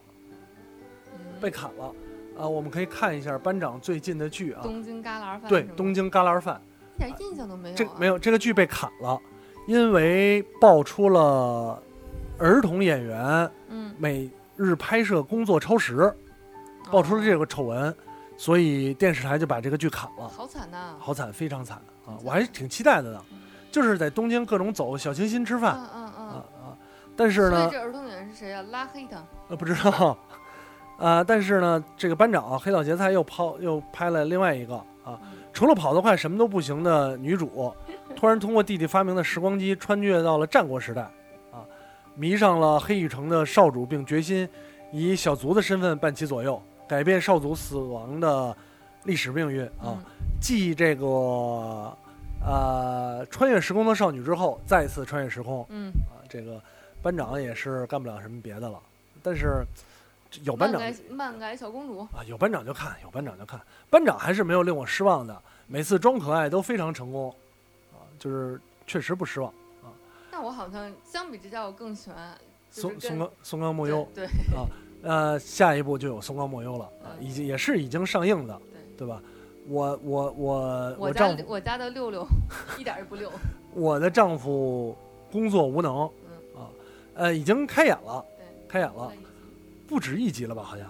B: 嗯
A: 被砍了。啊，我们可以看一下班长最近的剧啊，
B: 东京旮旯饭
A: 对
B: 是，吗
A: 东京旮旯饭。
B: 一点印象都没有啊，
A: 这没有这个剧被砍了，因为爆出了儿童演员
B: 嗯，
A: 每日拍摄工作超时，爆出了这个丑闻，所以电视台就把这个剧砍
B: 哦，
A: 了，
B: 好惨呐，
A: 好惨，非常惨啊！我还是挺期待的呢，就是在东京各种走，小清新吃
B: 嗯
A: 饭
B: 嗯
A: 啊
B: 嗯。
A: 啊！但是
B: 所以
A: 呢，
B: 这儿童演员是谁啊？拉黑的，
A: 呃，不知道，啊，但是呢，这个班长黑岛结菜又抛又拍了另外一个啊，除了跑得快什么都不行的女主，突然通过弟弟发明的时光机穿越到了战国时代，啊，迷上了黑羽城的少主，并决心以小卒的身份伴其左右，改变少族死亡的历史命运啊
B: 嗯，
A: 继这个呃穿越时空的少女之后，再次穿越时空，
B: 嗯，
A: 啊，这个班长也是干不了什么别的了。但是这有班长
B: 漫改漫改小公主，
A: 啊，有班长就看，有班长就看，班长还是没有令我失望的，每次装可爱都非常成功，啊，就是确实不失望。
B: 那我好像相比之下我更喜欢就是
A: 松
B: 跟
A: 松冈松冈莫
B: 对
A: 优，
B: 对，嗯
A: 呃，下一步就有松冈莫优了，啊，已经也是已经上映的，
B: 对
A: 对吧？我我我
B: 我家
A: 丈夫
B: 我家的 六六一点儿也不溜，
A: 我的丈夫工作无能，啊，呃，已经开演了，
B: 嗯对，
A: 开演
B: 我
A: 了
B: 的，一集
A: 不止一集了吧？好像。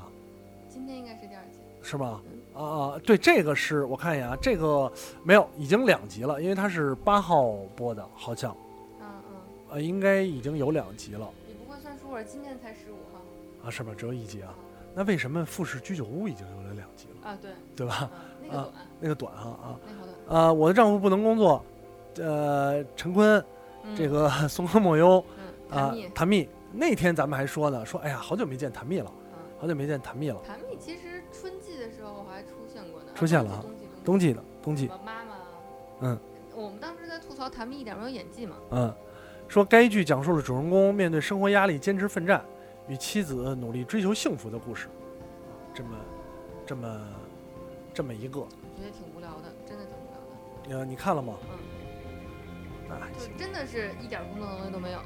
B: 今天应该是第二集，
A: 是吗
B: 嗯？
A: 啊啊，对，这个是我看一眼啊，这个没有，已经两集了，因为它是八号播的，好像
B: 嗯嗯，
A: 呃，应该已经有两集了
B: 你不会算数啊？今天才十五号
A: 啊，是吧？只有一集啊？那为什么《富士居酒屋》已经有了两集了，
B: 啊，对，
A: 对吧？
B: 嗯那个短，
A: 那个短啊
B: 那好短，
A: 啊啊！我的丈夫不能工作，呃，陈坤，
B: 嗯
A: 这个 松冈莫优
B: 嗯，
A: 啊
B: 唐蜜，
A: 谭蜜那天咱们还说呢，说哎呀，好久没见谭蜜了，
B: 嗯，
A: 好久没见谭蜜了，
B: 谭蜜其实春季的时候我还出现过呢，
A: 出现了啊
B: 冬季
A: 冬
B: 冬季
A: 季的冬季
B: 什，么妈妈，
A: 嗯，
B: 我们当时在吐槽谭蜜一点没有演技嘛，
A: 嗯，说该剧讲述了主人公面对生活压力坚持奋战，与妻子努力追求幸福的故事，这么，这么，这么一个，
B: 我觉得挺无聊的，真的挺无聊的，嗯
A: 呃，你看了吗？那还
B: 就
A: 行。
B: 真的是一点工作能力都没有啊。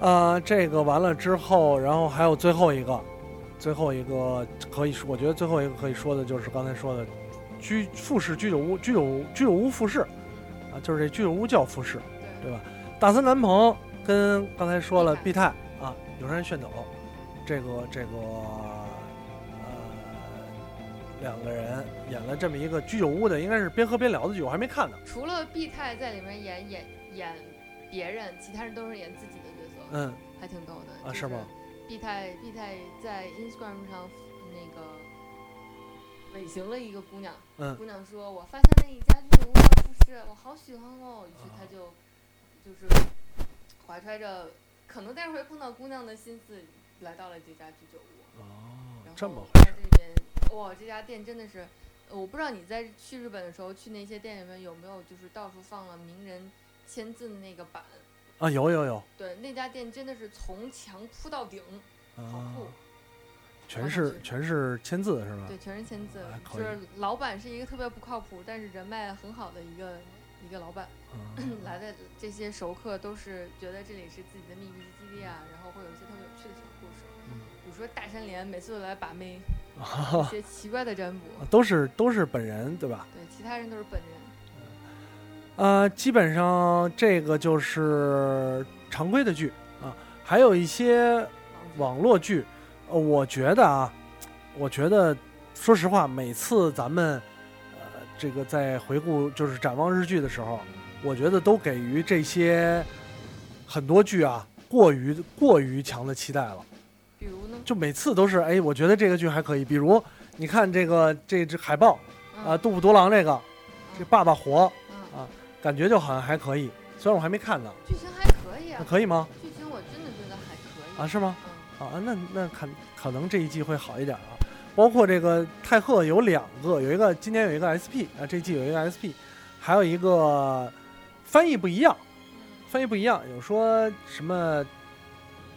A: 呃，这个完了之后，然后还有最后一个，最后一个可以说，我觉得最后一个可以说的就是刚才说的居复式居酒屋，居酒屋居酒屋复式啊，就是这居酒屋叫复式。
B: 对，
A: 大森南朋跟刚才说了
B: 碧
A: 碧泰啊，有山炫斗，这个这个呃两个人演了这么一个居酒屋的，应该是边喝边聊的剧，我还没看呢。
B: 除了毕泰在里面演演演别人，其他人都是演自己的角色，
A: 嗯
B: 还挺逗的。
A: 啊是吗？
B: 毕泰毕泰在 Instagram 上那个尾行了一个姑娘，
A: 嗯
B: 姑娘说：“我发现了一家居酒屋的复式，我好喜欢哦。”于是
A: 啊
B: 他就就是怀揣着可能待会儿会碰到姑娘的心思，来到了这家居酒屋。
A: 哦
B: 然，
A: 这么
B: 后
A: 回
B: 在
A: 事。
B: 这边，哇，这家店真的是，呃我不知道你在去日本的时候去那些店里面有没有就是到处放了名人签字的那个板。
A: 啊，有有有
B: 对，那家店真的是从墙铺到顶，好
A: 啊
B: 酷。，
A: 全是全是签字是吧？
B: 对，全是签字
A: 嗯还，可
B: 就
A: 以
B: 是老板是一个特别不靠谱，但是人脉很好的一个一个老板。
A: 嗯
B: 来的这些熟客都是觉得这里是自己的秘密基地啊，然后会有一些特别有趣的小故事，
A: 嗯
B: 比如说大山连每次都来把 妹，一
A: 啊，
B: 些奇怪的占卜，
A: 都是都是本人对吧？
B: 对，其他人都是本人。
A: 呃，基本上这个就是常规的剧啊，还有一些网络剧，呃，我觉得啊，我觉得说实话，每次咱们呃这个在回顾就是展望日剧的时候，我觉得都给予这些很多剧啊过于过于强的期待了。
B: 比如呢？
A: 就每次都是哎，我觉得这个剧还可以，比如你看这个这只海报
B: 嗯
A: 啊，，杜甫独狼这个这啊爸爸活，
B: 嗯，
A: 感觉就好像还可以，虽然我还没看呢，
B: 剧情还可以
A: 那
B: 啊，
A: 可以吗？
B: 剧情我真的觉得还可以
A: 啊，是吗？
B: 嗯，
A: 啊，那那可可能这一季会好一点啊。包括这个泰赫有两个，有一个今年有一个 SP 啊，这季有一个 SP，还有一个翻译不一样，
B: 嗯
A: 翻译不一样，有说什么，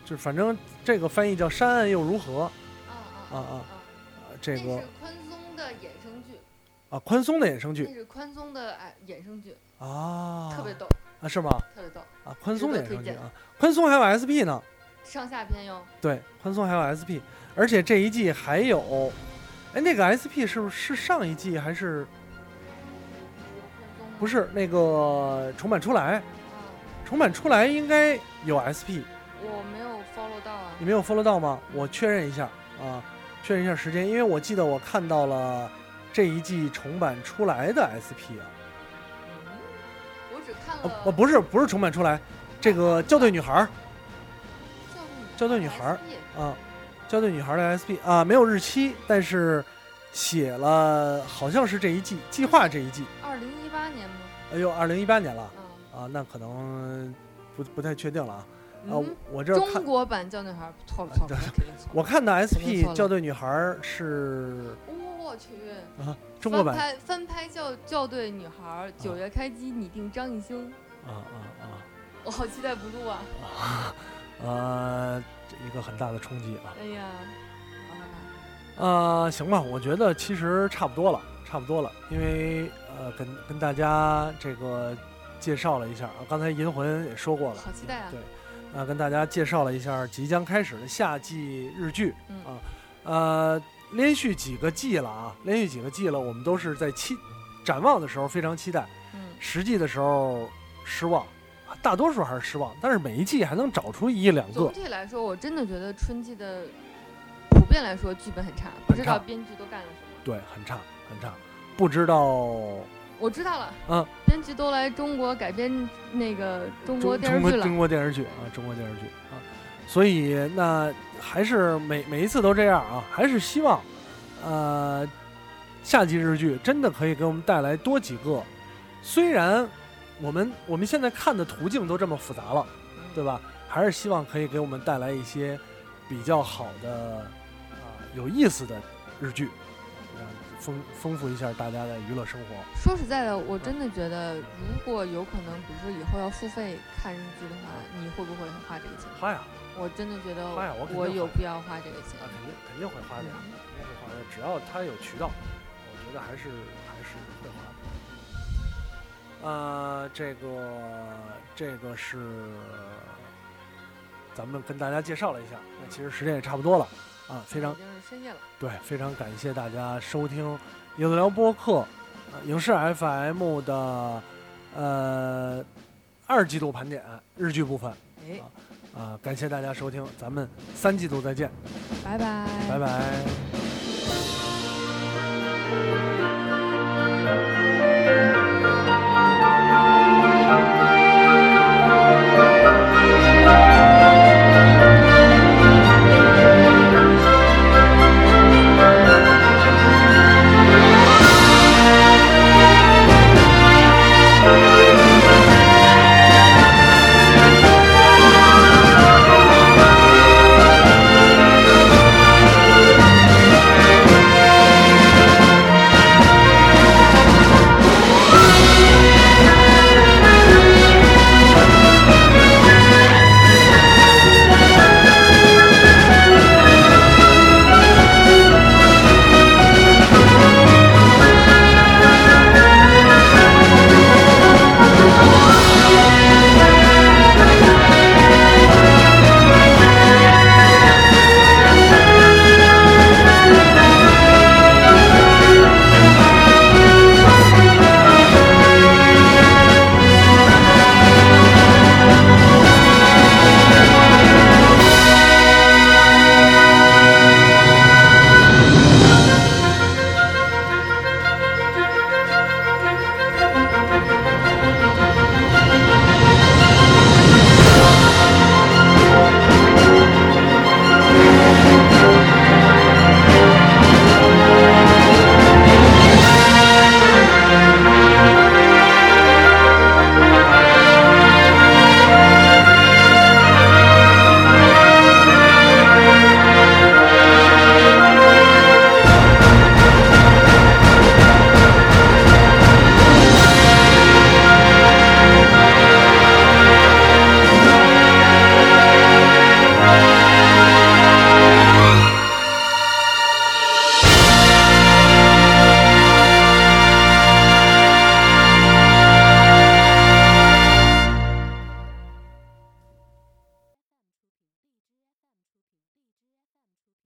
A: 就是反正这个翻译叫山岸又如何
B: 啊啊
A: 啊啊，
B: 啊，
A: 啊
B: 那
A: 这
B: 是
A: 个
B: 宽松的衍生剧，
A: 啊宽松的衍生
B: 那
A: 剧
B: 是宽松的哎衍生剧，
A: 啊，
B: 特别逗，
A: 啊是吗？
B: 特别逗，
A: 啊宽松的衍
B: 值得
A: 生
B: 推
A: 剧
B: 荐
A: 啊，宽松还有 SP 呢，
B: 上下篇哟，
A: 对，宽松还有 SP，而且这一季还有，哎，那个 SP 是不是是上一季还是
B: 宽松吗
A: 不，是那个重版出来？
B: 啊
A: 重版出来应该有 SP，
B: 我没有 follow 到啊
A: 你，没有 follow 到吗？我确认一下啊，确认一下时间，因为我记得我看到了这一季重版出来的 SP 啊，
B: 嗯我只看
A: 哦
B: 了，
A: 哦，不是不是重版出来，这个校对女孩儿
B: 校
A: 校
B: 对
A: 对
B: 女
A: 女
B: 孩
A: 孩
B: 儿
A: 儿
B: SP
A: 啊，校对女孩儿的 SP 啊，没有日期，但是写了好像是这一季计划这一季，
B: 二零一八年吗？
A: 哎呦，二零一八年了。
B: 啊，
A: 啊，那可能不不太确定了啊。啊，
B: 嗯，
A: 我这儿
B: 中
A: 看呃
B: 国版校对女孩儿错了错了，肯定错了
A: 我看的
B: 肯定错
A: SP
B: 了
A: 校对女孩儿是
B: 哦我去，
A: 中国
B: 翻
A: 版
B: 拍翻拍校校对女孩儿，九月开机拟定张艺兴，
A: 啊啊
B: 我好期待不录啊！
A: 啊啊，这一个很大的冲击啊。
B: 哎呀，啊
A: 呃，行吧，我觉得其实差不多了，差不多了，因为呃，跟跟大家这个介绍了一下啊，刚才银魂也说过了，
B: 好期待啊
A: 对，啊、跟大家介绍了一下即将开始的夏季日剧，
B: 嗯
A: 啊，呃，连续几个季了啊，连续几个季了，我们都是在期展望的时候非常期待，
B: 嗯，
A: 实际的时候失望，啊大多数还是失望，但是每一季还能找出一两个
B: 总，体来说，我真的觉得春季的普遍来说剧本很差，不知道
A: 很差
B: 编剧都干了什么。
A: 对，很差很差，不知道
B: 我知道了，
A: 嗯，
B: 编剧都来中国改编那个中国
A: 中
B: 电视剧
A: 国
B: 了，
A: 中国电视剧啊，中国电视剧啊，所以那还是每每一次都这样啊，还是希望，呃，夏季日剧真的可以给我们带来多几个，
B: 嗯
A: 虽然我们我们现在看的途径都这么复杂了，对吧？还是希望可以给我们带来一些比较好的啊、有意思的日剧，让丰丰富一下大家的娱乐生活。
B: 说实在的，
A: 嗯
B: 我真的觉得，如果有可能，比如说以后要付费看日剧的话，你会不会花这个钱？
A: 花呀，
B: 我真的觉得
A: 花呀我肯定
B: 我有
A: 花
B: 必要花这个钱
A: 啊，。肯定肯定会花的呀，
B: 嗯
A: 肯定会花的。只要它有渠道，我觉得还是还是会花的。呃，这个这个是咱们跟大家介绍了一下，那其实时间也差不多了啊，非常
B: 已经是深夜了，
A: 对，非常感谢大家收听影子聊播客，呃影视 FM 的呃二季度盘点日剧部分啊、
B: 哎，
A: 感谢大家收听，咱们三季度再见，
B: 拜拜，
A: 拜拜。